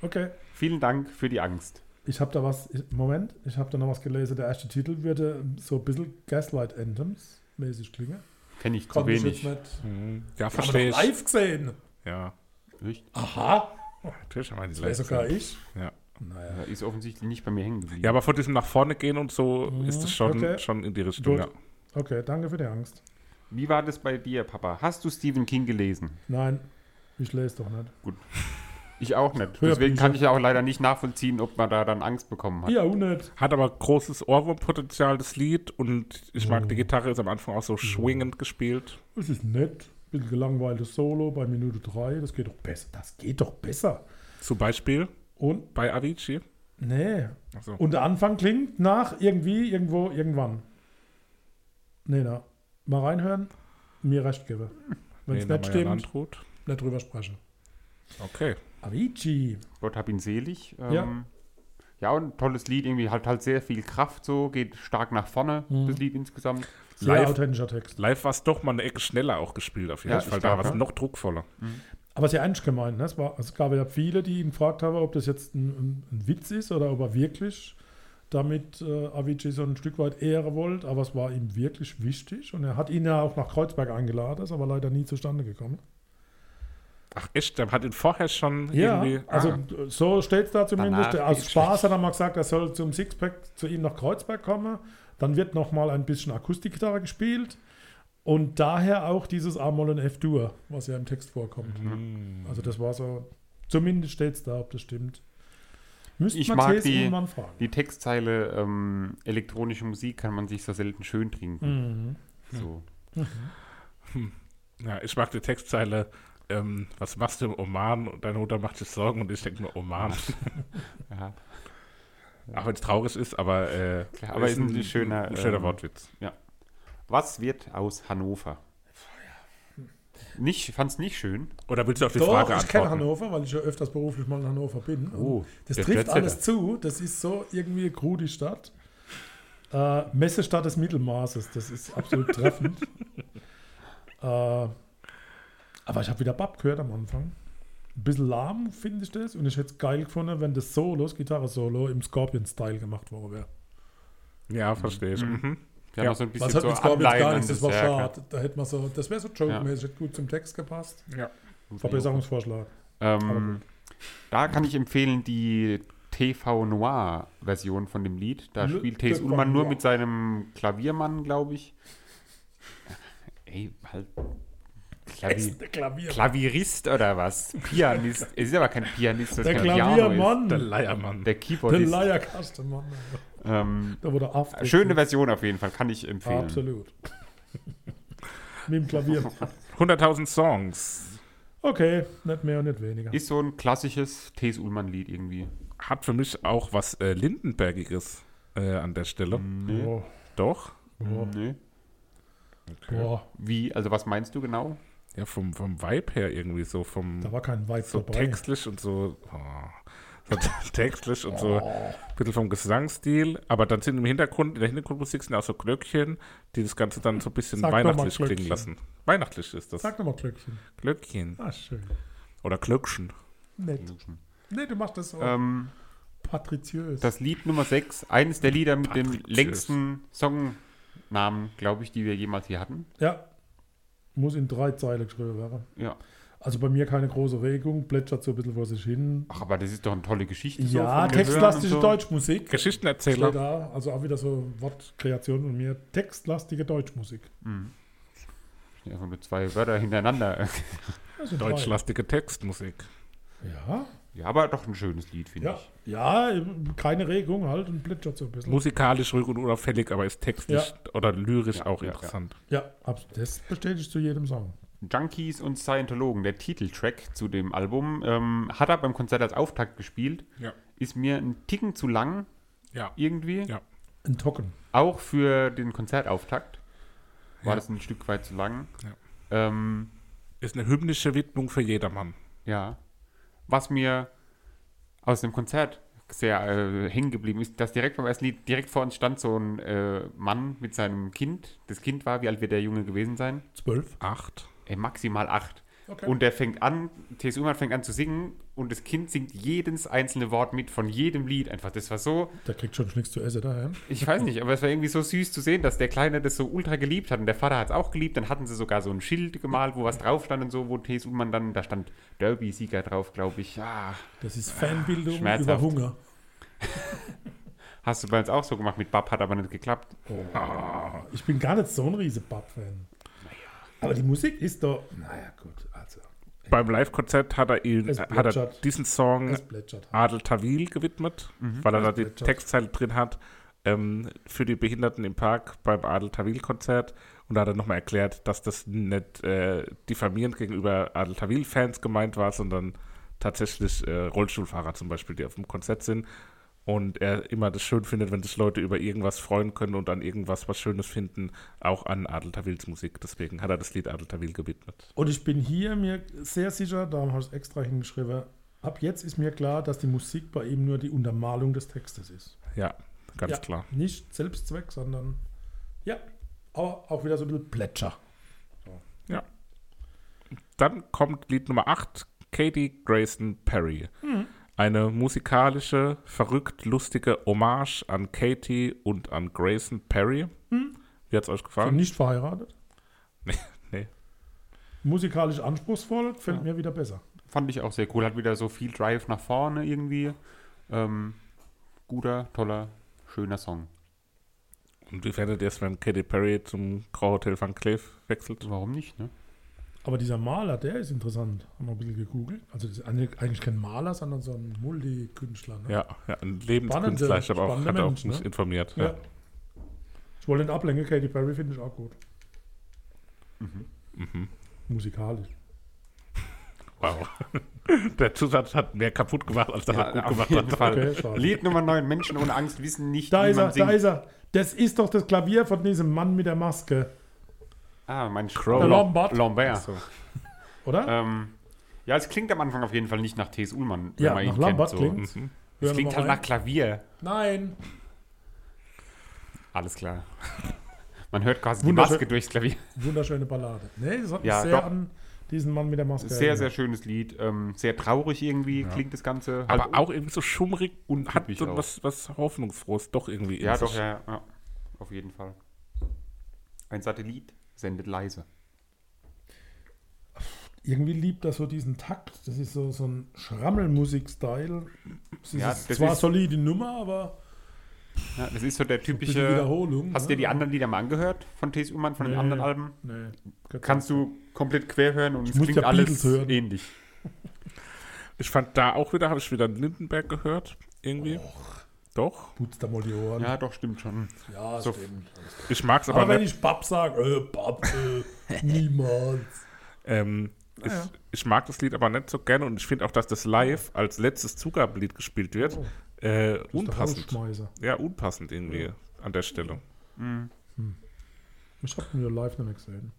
Okay.
Vielen Dank für die Angst.
Ich habe da was, ich- Moment, ich habe da noch was gelesen. Der erste Titel würde so ein bisschen Gaslight Anthems mäßig klingen.
Kenne ich zu
Konnte ich jetzt
wenig. Hm.
nicht.
Hm, Ja,
Haben
verstehe
wir
ich.
doch live gesehen.
Ja,
Nicht?
Aha.
natürlich haben wir die
Wer
Leistung.
sogar eh- ich.
Ja.
Naja.
Ja, Äh, Ist offensichtlich nicht bei mir hängen geblieben.
ja, aber von diesem nach vorne gehen und so ist es schon,
Mhm, okay.
schon in die Richtung.
Gut.
Ja.
Okay, danke für die Angst.
Wie war das bei dir, Papa? Hast du Stephen King gelesen?
Nein, ich lese doch nicht.
Ich auch nicht.
Hörbücher.
Deswegen kann ich ja auch leider nicht nachvollziehen, ob man da dann Angst bekommen hat.
Ja, auch nicht.
Hat aber großes Ohrwurmpotenzial, das Lied. Und ich
Mhm.
mag die Gitarre, ist am Anfang auch so schwingend gespielt.
Es ist nett. Bisschen gelangweiltes Solo bei Minute 3. Das geht doch besser. Das geht doch besser.
Zum Beispiel
Und?
bei Avicii. Also,
Nee.
Ach so.
Und der Anfang klingt nach irgendwie, irgendwo, irgendwann. Nee, na. Mal reinhören, mir recht gebe. Wenn es
Lena
nicht stimmt,
Meyer-Landrut.
nicht drüber sprechen.
Okay.
Avicii.
Gott hab ihn selig.
Ja.
Ähm, ja, und ein tolles Lied irgendwie, hat halt sehr viel Kraft so, geht stark nach vorne,
Mhm.
das Lied insgesamt.
Sehr
Live.
authentischer Text.
Live war es doch mal eine Ecke schneller auch gespielt auf jeden
Ja,
Fall.
ich
Da
glaub,
war es
ja.
noch druckvoller.
Aber sehr ernst gemeint. Ne? Es, war, es gab ja viele, die ihn gefragt haben, ob das jetzt ein, ein, ein Witz ist oder ob er wirklich damit äh, Avicii so ein Stück weit Ehre wollte. Aber es war ihm wirklich wichtig. Und er hat ihn ja auch nach Kreuzberg eingeladen, ist aber leider nie zustande gekommen.
Ach echt, der hat ihn vorher schon
Ja,
irgendwie...
also
ah,
d- so steht es da zumindest.
Danach
Aus
geht's
Spaß hat er mal gesagt, er soll zum Sixpack zu ihm nach Kreuzberg kommen. Dann wird nochmal ein bisschen Akustikgitarre gespielt. Und daher auch dieses A-Moll und F-Dur, was ja im Text vorkommt.
Mhm.
Also das war so, zumindest steht es da, ob das stimmt. Müsste
Ich
man
mag
Thesen
die-
irgendwann fragen.
Die Textzeile, ähm, elektronische Musik kann man sich so selten schön trinken.
Mhm.
So.
ja, ich mag die Textzeile. Ähm, was machst du im Oman? Und deine Mutter macht sich Sorgen und ich denke mir, Oman.
Ja.
Auch wenn es traurig ist, aber, äh,
Klar, aber ist ein schöner,
ein schöner
ähm,
Wortwitz.
Was wird aus Hannover? Nicht, fand's nicht schön.
Oder willst du auf die
Doch,
Frage
ich kenne
antworten?
Hannover, weil ich ja öfters beruflich mal in Hannover bin.
Oh,
das
der
trifft
Städtsetter.
alles zu. Das ist so irgendwie eine krude Stadt. Äh, Messestadt des Mittelmaßes. Das ist absolut treffend. äh, aber ich habe wieder Bab gehört am Anfang. ein bisschen lahm, finde ich das. Und ich hätte es geil gefunden, wenn das Solo, das Gitarre-Solo, im Scorpion-Style gemacht worden wäre.
Ja, verstehe ich. Mhm.
Die haben
Ja.
auch so ein bisschen
Was hat
so
mit Scorpions
Anleihen
gar
an
nichts, das war
ja, klar.
schade. Da hätte man so, das wäre so joke-mäßig gut zum Text gepasst.
Ja.
Verbesserungsvorschlag.
Ähm, da kann ich empfehlen die TV Noir Version von dem Lied. Da
Le
spielt T.S.
TV
Ullmann nur
Noir.
mit seinem Klaviermann, glaube ich. Ey, halt. Klavi
Ätzende Klavier.
Klavierist oder was? Pianist. Es ist aber kein Pianist, das
Der
kein Piano ist.
Klaviermann.
Der
Der
Leiermann.
Der
Leierkasten,
Keyboardist.
Mann.
ähm,
Da wurde Aft.
schöne Version auf jeden Fall, kann ich empfehlen.
Absolut. Mit dem Klavier.
100.000 Songs.
Okay, nicht mehr und nicht weniger.
Ist so ein klassisches T.S. Ullmann-Lied irgendwie.
Hat für mich auch was äh, Lindenbergiges äh, an der Stelle.
Nee.
Boah,
Doch.
boah,
Nee.
boah.
Ne? Wie, also was meinst du genau?
Ja, vom, vom Vibe her irgendwie so. Vom,
Da war kein Weiz
so
dabei.
textlich und so. Oh. So textlich und so
Oh.
ein bisschen vom Gesangsstil, aber dann sind im Hintergrund, in der Hintergrundmusik sind auch so Glöckchen, die das Ganze dann so ein bisschen
Sag doch mal
weihnachtlich klingen
Glöckchen.
lassen. Weihnachtlich ist das.
Sag doch mal Glöckchen.
Glöckchen.
Ah, schön.
Oder Glöckchen.
Nett. Nee, du machst das so
Ähm,
patriziös.
das Lied Nummer 6, eines der Lieder mit dem
Patrick
längsten Songnamen, glaube ich, die wir jemals hier hatten.
ja. Muss in drei Zeilen geschrieben werden.
Ja.
Also bei mir keine große Regung, plätschert so ein bisschen vor sich hin.
Ach, aber das ist doch eine tolle Geschichte. so
Ja,
vom Gehirn
textlastische
und so.
Deutschmusik. Steht
Geschichtenerzähler.
da, also auch wieder so Wortkreation von mir. Textlastige Deutschmusik.
Ja, Einfach nur zwei Wörter hintereinander.
Das sind drei.
Deutschlastige Textmusik.
Ja,
Ja, aber doch ein schönes Lied, finde
ja.
ich.
Ja, keine Regung halt und plätschert so ein bisschen.
Musikalisch ruhig und unauffällig, aber ist textlich oder lyrisch
Ja,
auch
ja,
interessant.
Ja, abs- das bestätigt zu jedem Song.
Junkies und Scientologen, der Titeltrack zu dem Album, ähm, hat er beim Konzert als Auftakt gespielt.
Ja.
Ist mir ein Ticken zu lang
Ja.
irgendwie.
Ja.
Ein Tocken.
Auch für den Konzertauftakt war
Ja.
das ein Stück weit zu lang.
Ja.
Ähm,
Ist eine hymnische Widmung für jedermann.
Ja. Was mir aus dem Konzert sehr äh, hängen geblieben ist, dass direkt beim ersten Lied, direkt vor uns stand so ein äh, Mann mit seinem Kind. Das Kind war, wie alt wird der Junge gewesen sein?
Zwölf.
Acht.
Ey, maximal acht.
Okay.
Und der fängt an, TSU Mann fängt an zu singen und das Kind singt jedes einzelne Wort mit von jedem Lied einfach. Das war so,
Der kriegt schon nichts zu essen daher.
ich weiß nicht, aber es war irgendwie so süß zu sehen, dass der Kleine das so ultra geliebt hat und der Vater hat es auch geliebt. Dann hatten sie sogar so ein Schild gemalt, wo was drauf stand und so, wo TSU Mann dann, da stand Derby-Sieger drauf, glaube ich. Ah,
Das ist Fanbildung
Schmerzhaft.
über Hunger.
Hast du bei uns auch so gemacht mit Bab, hat aber nicht geklappt.
Oh. Ich bin gar nicht so ein riese Bub-Fan. Aber die Musik ist doch. Naja, gut. Also,
Beim Live-Konzert hat er, ihn,
Es
hat er
plätschert.
diesen Song
es plätschert. halt.
Adel Tawil gewidmet, weil er da die Textzeile drin hat ähm, für die Behinderten im Park beim Adel Tawil-Konzert. Und da hat er nochmal erklärt, dass das nicht äh, diffamierend gegenüber Adel Tawil-Fans gemeint war, sondern tatsächlich äh, Rollstuhlfahrer zum Beispiel, die auf dem Konzert sind. Und er immer das schön findet, wenn sich Leute über irgendwas freuen können und an irgendwas was Schönes finden, auch an Adel Tawils Musik. Deswegen hat er das Lied Adel Tawil gewidmet.
Und ich bin hier mir sehr sicher, darum habe ich es extra hingeschrieben. Ab jetzt ist mir klar, dass die Musik bei ihm nur die Untermalung des Textes ist.
Ja, ganz
ja,
klar.
Nicht Selbstzweck, sondern. Ja, aber auch wieder so ein bisschen Plätscher.
Ja. Dann kommt Lied Nummer 8, Katie Grayson Perry.
Hm.
Eine musikalische, verrückt lustige Hommage an Katie und an Grayson Perry.
Hm.
Wie hat's euch
Und
gefallen?
nicht verheiratet.
Nee, nee.
Musikalisch anspruchsvoll, fällt mir wieder besser.
Fand ich auch sehr cool. Hat wieder so viel Drive nach vorne irgendwie. Ähm, guter, toller, schöner Song.
Und wie fändet ihr es, wenn Katy Perry zum Grau Hotel Van Cleef wechselt?
Warum nicht, ne?
Aber dieser Maler, der ist interessant. Haben wir ein bisschen gegoogelt. Also das ist eigentlich eigentlich kein Maler, sondern so ein Multikünstler. Ne?
Ja, ja ein Lebenskünstler. Ich habe auch,
spannende
hat auch
Menschen,
mich
ne?
informiert.
Ja.
Ja.
Ich wollte den ablenken, Katy Perry finde ich auch gut.
Mhm.
Musikalisch.
Wow. Der Zusatz hat mehr kaputt gemacht, als dass er gut
auf
gemacht
jeden
hat.
Fall.
Okay, schade.
Lied Nummer 9, Menschen ohne Angst wissen nicht,
Da
wie
ist
man
er,
singt.
da ist er. Das ist doch das Klavier von diesem Mann mit der Maske,
Ah, mein
Crow.
Lom-
Lombard.
Lombard.
oder?
Ähm, ja, es klingt am Anfang auf jeden Fall nicht nach T.S. Ullmann,
Ja, nach Lombard
so.
klingt's.
Mhm.
Hören wir
Es klingt
mal
halt
rein.
nach Klavier.
Nein.
Alles klar. Man hört quasi die
Wunderschön.
Maske durchs Klavier.
Wunderschöne Ballade. Nee, das hat mich
Ja,
sehr
doch.
an diesen Mann mit der Maske.
Sehr, sehr schönes Lied. Ähm, sehr traurig irgendwie klingt das Ganze.
Aber
Also-
Halt-
auch irgendwie so schummrig und hat
Untypisch
so
auch.
was, was Hoffnungsfrohes doch irgendwie. in
Ja,
sich.
doch, ja, ja, ja. Auf jeden Fall. Ein Satellit sendet leise.
Irgendwie liebt er so diesen Takt. Das ist so, so ein Schrammelmusik-Style. Es ist
Ja, das
zwar
ist-
solide Nummer, aber
Ja, das ist so der
bisschen
typische.
Wiederholung. ne?
Hast du dir die anderen Lieder mal angehört von T.S. Ullmann, von den anderen Alben?
Nee.
Kannst du komplett quer hören und es
muss
klingt
ja
alles
Beatles hören.
ähnlich.
Ich fand da auch wieder, habe ich wieder Lindenberg gehört. Irgendwie. Doch.
Putzt da mal die Ohren.
Ja, doch, stimmt schon.
Ja,
So.
stimmt.
Ich mag es
Aber,
aber,
wenn
nicht.
ich Bab sage, äh, Bab, äh, niemals.
Ähm,
Ah,
ich, ich mag das Lied aber nicht so gerne und ich finde auch, dass das live als letztes Zugabenlied gespielt
Oh.
wird. Äh, unpassend.
Rausschmeißer.
Ja, unpassend irgendwie an der Stelle.
Ich hab ihn ja live noch nicht gesehen.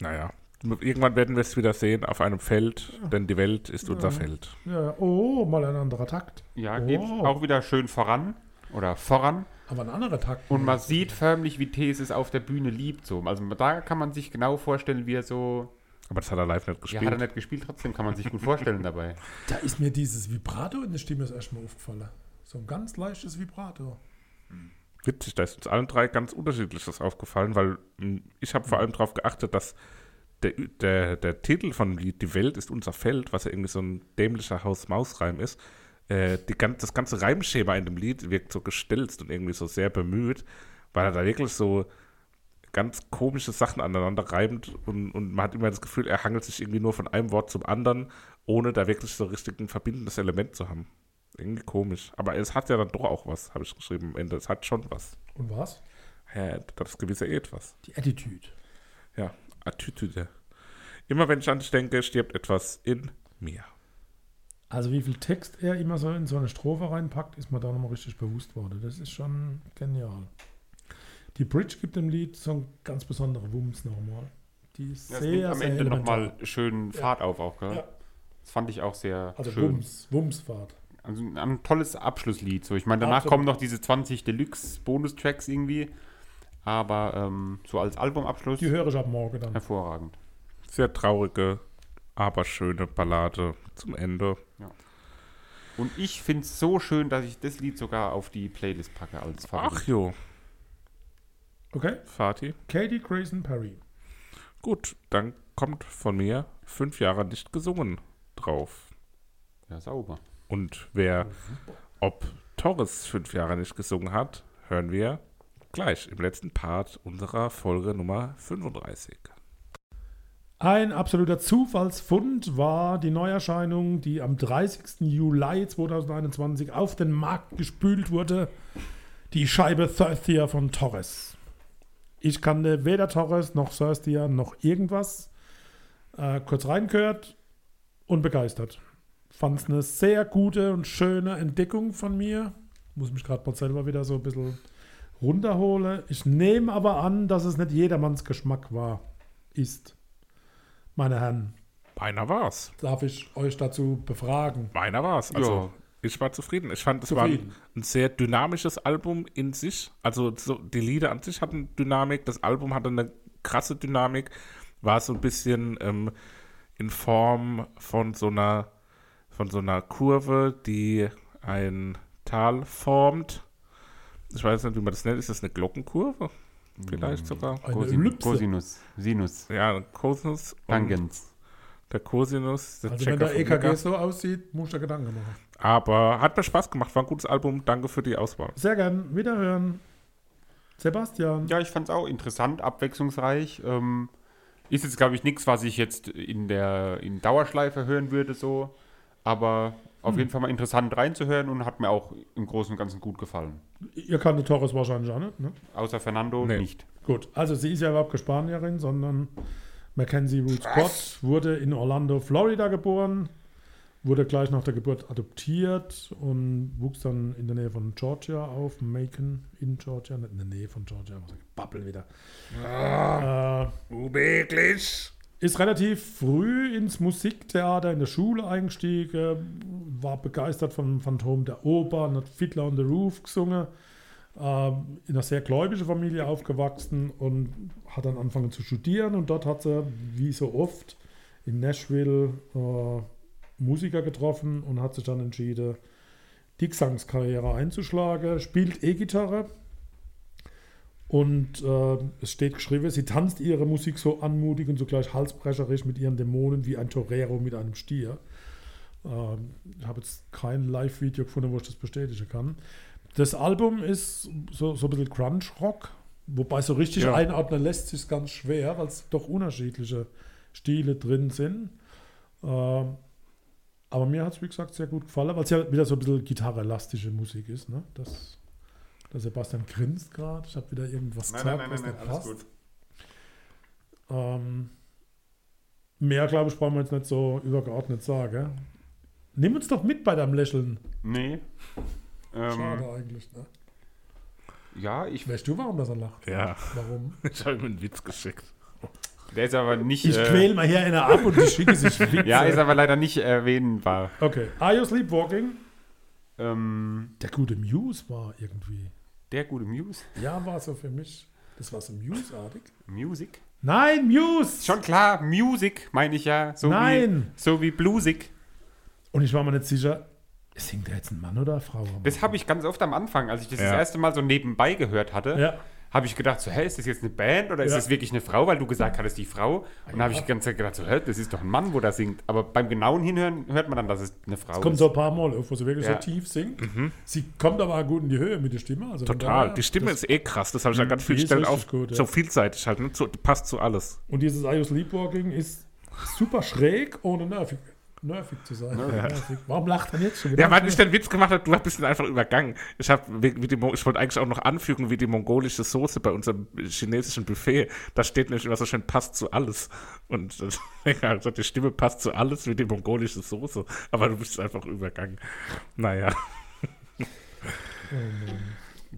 Naja. Irgendwann werden wir es wieder sehen auf einem Feld, denn die Welt ist unser Feld.
Ja, ja. oh, mal ein anderer Takt.
Ja,
oh.
geht auch wieder schön voran. Oder voran.
Aber ein anderer Takt.
Und man sieht förmlich, wie T.S. es auf der Bühne liebt. So. Also da kann man sich genau vorstellen, wie er so.
Aber das hat er live nicht
Ja,
gespielt.
hat er nicht gespielt, trotzdem kann man sich gut vorstellen dabei.
Da ist mir dieses Vibrato in der Stimme das erste Mal aufgefallen. So ein ganz leichtes Vibrato.
Witzig, da ist uns allen drei ganz unterschiedliches aufgefallen, weil mh, ich habe vor allem darauf geachtet, dass der, der, der Titel von dem Lied Die Welt ist unser Feld, was ja irgendwie so ein dämlicher Haus-Maus-Reim ist, äh, die, gan- das ganze Reimschema in dem Lied wirkt so gestelzt und irgendwie so sehr bemüht, weil er da wirklich so ganz komische Sachen aneinander reimt und, und man hat immer das Gefühl, er hangelt sich irgendwie nur von einem Wort zum anderen, ohne da wirklich so richtig ein verbindendes Element zu haben. Irgendwie komisch. Aber es hat ja dann doch auch was, habe ich geschrieben am Ende. Es hat schon was.
Und was?
Ja, das gewisse Etwas.
Die Attitüde.
Ja, Attitüde. Immer wenn ich an dich denke, stirbt etwas in mir.
Also wie viel Text er immer so in so eine Strophe reinpackt, ist mir da nochmal richtig bewusst worden. Das ist schon genial. Die Bridge gibt dem Lied so einen ganz besonderen Wumms nochmal. Die ist
Ja, es nimmt
sehr,
am
sehr
Ende
elementar.
nochmal schön Fahrt auf, auch, gell?
Ja.
Das fand ich auch sehr
Also
schön.
Wumms, Wumsfahrt.
Also ein, ein tolles Abschlusslied. So, ich meine, danach
Absolut.
kommen noch diese 20 Deluxe-Bonus-Tracks irgendwie. Aber ähm, so als Albumabschluss
Die höre ich ab morgen dann.
hervorragend.
Sehr traurige, aber schöne Ballade zum Ende.
Und ich finde es so schön, dass ich das Lied sogar auf die Playlist packe als Fahrt.
Ach jo,
Okay,
Fatih.
Katie Grayson Perry.
Gut, dann kommt von mir fünf Jahre nicht gesungen drauf.
Ja, sauber.
Und wer, ob Torres fünf Jahre nicht gesungen hat, hören wir gleich im letzten Part unserer Folge Nummer 35.
Ein absoluter Zufallsfund war die Neuerscheinung, die am 30. Juli 2021 auf den Markt gespült wurde. Die Scheibe Thirstier von Torres. Ich kannte weder Torres noch Thirstier noch irgendwas. Äh, kurz reingehört und begeistert. Fand es eine sehr gute und schöne Entdeckung von mir. Muss mich gerade mal selber wieder so ein bisschen runterholen. Ich nehme aber an, dass es nicht jedermanns Geschmack war. Ist. Meine Herren,
Meiner war's.
darf ich euch dazu befragen?
Meiner war's. Also ich war zufrieden. Ich fand, es war ein,
Zufrieden.
ein sehr dynamisches Album in sich. Also so, die Lieder an sich hatten Dynamik, das Album hatte eine krasse Dynamik, war so ein bisschen ähm, in Form von so einer von so einer Kurve, die ein Tal formt. Ich weiß nicht, wie man das nennt. Ist das eine Glockenkurve?
Hm.
Vielleicht sogar.
Eine
Cosin
Ellipse.
Cosinus. Sinus.
Ja, ein Cosinus. und
Tangens.
Der Cosinus. Der
Also wenn
Checker
der
vom
EKG
Mega.
so aussieht, muss ich da Gedanken machen.
Aber hat mir Spaß gemacht. War ein gutes Album. Danke für die Auswahl.
Sehr gern, wiederhören. Sebastian,
Ja, ich fand es auch interessant, abwechslungsreich. Ähm, ist jetzt, glaube ich, nichts, was ich jetzt in der in Dauerschleife hören würde, so. Aber auf
Hm.
jeden Fall mal interessant reinzuhören und hat mir auch im Großen und Ganzen gut gefallen.
ihr kannte Torres wahrscheinlich auch nicht, ne?
Außer Fernando
Nee.
nicht.
Gut, also sie ist ja überhaupt keine Spanierin, sondern Mackenzie Ruth Scott wurde in Orlando, Florida geboren, wurde gleich nach der Geburt adoptiert und wuchs dann in der Nähe von Georgia auf, Macon in Georgia, nicht in der Nähe von Georgia, aber babbel wieder. Äh,
Unmöglich.
Ist relativ früh ins Musiktheater in der Schule eingestiegen, war begeistert von Phantom der Oper, und hat Fiddler on the Roof gesungen, ähm, in einer sehr gläubigen Familie aufgewachsen und hat dann angefangen zu studieren und dort hat sie, wie so oft, in Nashville äh, Musiker getroffen und hat sich dann entschieden, die Gesangskarriere einzuschlagen, spielt E-Gitarre und äh, es steht geschrieben, sie tanzt ihre Musik so anmutig und zugleich halsbrecherisch mit ihren Dämonen wie ein Torero mit einem Stier. Ähm, ich habe jetzt kein Live-Video gefunden, wo ich das bestätigen kann. Das Album ist so, so ein bisschen Crunch-Rock, wobei so richtig
Ja.
einordnen lässt sich ganz schwer, weil es doch unterschiedliche Stile drin sind. Ähm, aber mir hat es, wie gesagt, sehr gut gefallen, weil es ja wieder so ein bisschen gitarrelastische Musik ist. Ne? Das, der Sebastian grinst gerade. Ich habe wieder irgendwas
Nein, nein, nein,
was
nein, nein,
nicht
alles gut.
Ähm, mehr, glaube ich, brauchen wir jetzt nicht so übergeordnet sagen. Nimm uns doch mit bei deinem Lächeln.
Nee.
Schade
Ähm,
eigentlich. Ne?
ja, ich,
Weißt du, warum das er lacht?
Ja,
Warum?
ich habe ihm einen Witz geschickt.
der ist aber nicht.
Ich quäl mal hier einer ab und die schicke sich
Äh. ja, ist
Witze.
aber leider nicht erwähnbar.
Okay. Are you sleepwalking?
Ähm,
Der gute Muse war irgendwie.
der gute Muse.
Ja, war so für mich. Das war so Muse-artig.
Music?
Nein, Muse!
Schon klar, Music meine ich ja. So
Nein!
Wie, so wie Bluesig.
Und ich war mir nicht sicher, singt da jetzt ein Mann oder eine Frau? am
Das habe ich ganz oft am Anfang, als ich das,
Ja.
das erste Mal so nebenbei gehört hatte,
Ja.
habe ich gedacht, so, hä, ist das jetzt eine Band oder ist
Ja.
das wirklich eine Frau, weil du gesagt hattest, die Frau. Und dann habe ich die ganze Zeit gedacht, so, hä, das ist doch ein Mann, wo das singt. Aber beim genauen Hinhören hört man dann, dass es eine Frau
Es kommt
ist.
so ein paar Mal auf, wo sie wirklich
Ja.
so tief singt. Sie kommt aber gut in die Höhe mit der Stimme. Also von
Mhm. Total.
daher-
Die Stimme ist eh krass. Das habe ich ja ganz
die
viel
ist
Stellen
richtig
auf.
gut, ja.
So vielseitig halt. Ne? Zu, passt zu alles.
Und dieses I Use Sleepwalking ist super schräg, ohne nervig, nervig zu sein. Nervig. Warum lacht er jetzt schon wieder?
Ja, weil ich den Witz gemacht habe, du bist ihn einfach übergangen. Ich, hab, wie wie die, Mo- ich wollte eigentlich auch noch anfügen, wie die mongolische Soße bei unserem chinesischen Buffet. Da steht nämlich immer so schön, passt zu alles. Und das- also die Stimme passt zu alles wie die mongolische Soße. Aber du bist es einfach übergangen. Naja.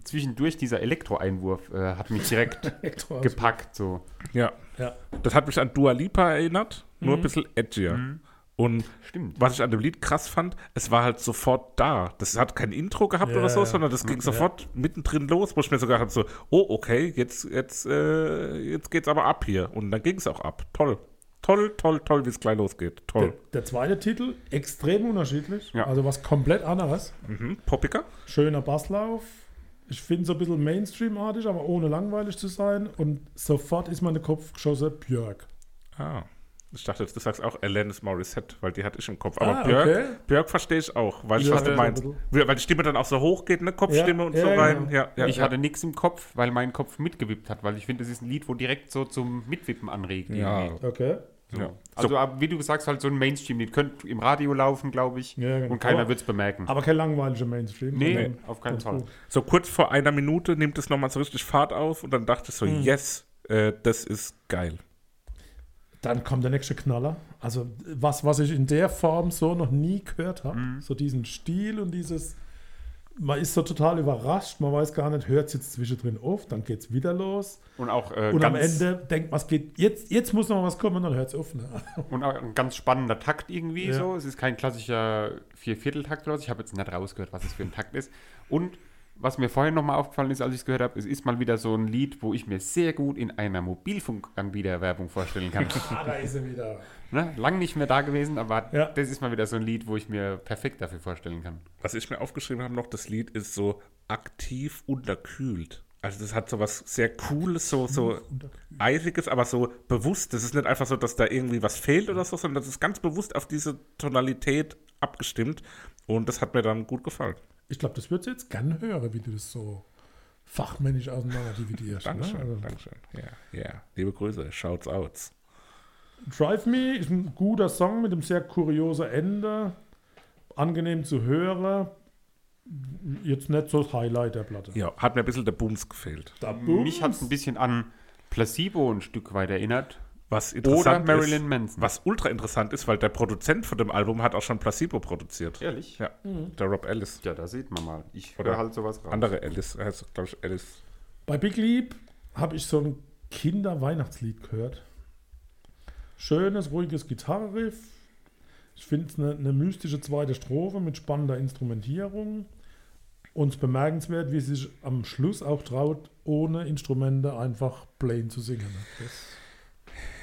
Zwischendurch dieser Elektroeinwurf äh, hat mich direkt
Elektro aus-
gepackt. So.
Ja.
ja.
Das hat mich an Dua Lipa erinnert, nur
Mhm.
ein bisschen edgier. Und
Stimmt.
was ich an dem Lied krass fand, es war halt sofort da. Das hat kein Intro gehabt
Ja,
oder so,
ja.
sondern das ging sofort mittendrin los, wo ich mir sogar habe so, oh, okay, jetzt, jetzt, äh, jetzt geht's aber ab hier. Und dann ging es auch ab. Toll. Toll, toll, toll, wie es gleich losgeht.
Der,
Toll.
der zweite Titel, extrem unterschiedlich.
Ja.
Also was komplett anderes.
Mhm. Poppiger?
Schöner Basslauf. Ich finde so ein bisschen Mainstream-artig, aber ohne langweilig zu sein. Und sofort ist mir in den Kopf geschossen, Björk.
Ah. Ich dachte, jetzt, du sagst auch Alanis Morissette, weil die hatte ich im Kopf. Aber
Ah,
Björk,
okay.
Björk verstehe ich auch, weil ich
Ja,
was du
ja.
meinst. Weil die Stimme dann auch so hoch geht, ne? Kopfstimme
Ja,
und
ja,
so rein.
genau.
Ja, ja,
ich
ja.
hatte nichts im Kopf, weil mein Kopf mitgewippt hat, weil ich finde, das ist ein Lied, wo direkt so zum Mitwippen anregt.
ja.
irgendwie.
Okay.
So.
Ja.
Also, ab- wie du sagst, halt so ein Mainstream-Lied. Könnte im Radio laufen, glaube ich.
Ja, genau.
Und keiner
Aber-
wird es bemerken.
Aber kein langweiliger Mainstream.
nee,
sondern
auf keinen
ganz
Fall.
gut.
So kurz vor einer Minute nimmt es nochmal so richtig Fahrt auf und dann dachte ich so, yes, äh, das ist geil.
Dann kommt der nächste Knaller. Also was, was ich in der Form so noch nie gehört habe.
Mhm.
So diesen Stil und dieses, man ist so total überrascht, man weiß gar nicht, hört es jetzt zwischendrin auf, dann geht es wieder los.
Und auch äh,
Und am
ganz,
Ende denkt man, es geht, jetzt, jetzt muss noch was kommen und dann hört es auf. Ne?
und auch ein ganz spannender Takt irgendwie
Ja.
so. Es ist kein klassischer Viervierteltakt oder so. Ich habe jetzt nicht rausgehört, was es für ein Takt ist. Und was mir vorhin nochmal aufgefallen ist, als ich es gehört habe, es ist mal wieder so ein Lied, wo ich mir sehr gut in einer Mobilfunkanbieterwerbung vorstellen kann.
Ah, da ist er wieder.
ne? Lang nicht mehr da gewesen, aber
Ja.
das ist mal wieder so ein Lied, wo ich mir perfekt dafür vorstellen kann.
Was ich mir aufgeschrieben habe noch, das Lied ist so aktiv unterkühlt. Also das hat so was sehr Cooles, so, so Eisiges, aber so bewusst. Das ist nicht einfach so, dass da irgendwie was fehlt oder so, sondern das ist ganz bewusst auf diese Tonalität abgestimmt. Und das hat mir dann gut gefallen.
Ich glaube, das wird jetzt gern hören, wie du das so fachmännisch auseinander dividierst. ne?
Dankeschön,
Also,
Dankeschön. Ja, ja. Liebe Grüße, shouts outs.
Drive Me ist ein guter Song mit einem sehr kuriosen Ende. Angenehm zu hören. Jetzt nicht so das Highlight der Platte.
Ja, hat mir ein bisschen der Booms gefehlt.
Da
Mich hat es ein bisschen an Placebo ein Stück weit erinnert.
Was
Oder
interessant
Marilyn
ist,
Manson.
Was ultra interessant ist, weil der Produzent von dem Album hat auch schon Placebo produziert.
Ehrlich?
Ja, der Rob Ellis.
Ja, da sieht man mal. Ich
Oder
höre halt sowas raus.
Andere Ellis, er heißt, glaube ich, Ellis.
Bei Big Leap habe ich so ein Kinderweihnachtslied gehört. Schönes, ruhiges Gitarrenriff. Ich finde es eine eine mystische zweite Strophe mit spannender Instrumentierung. Und bemerkenswert, wie sie sich am Schluss auch traut, ohne Instrumente einfach plain zu singen. Das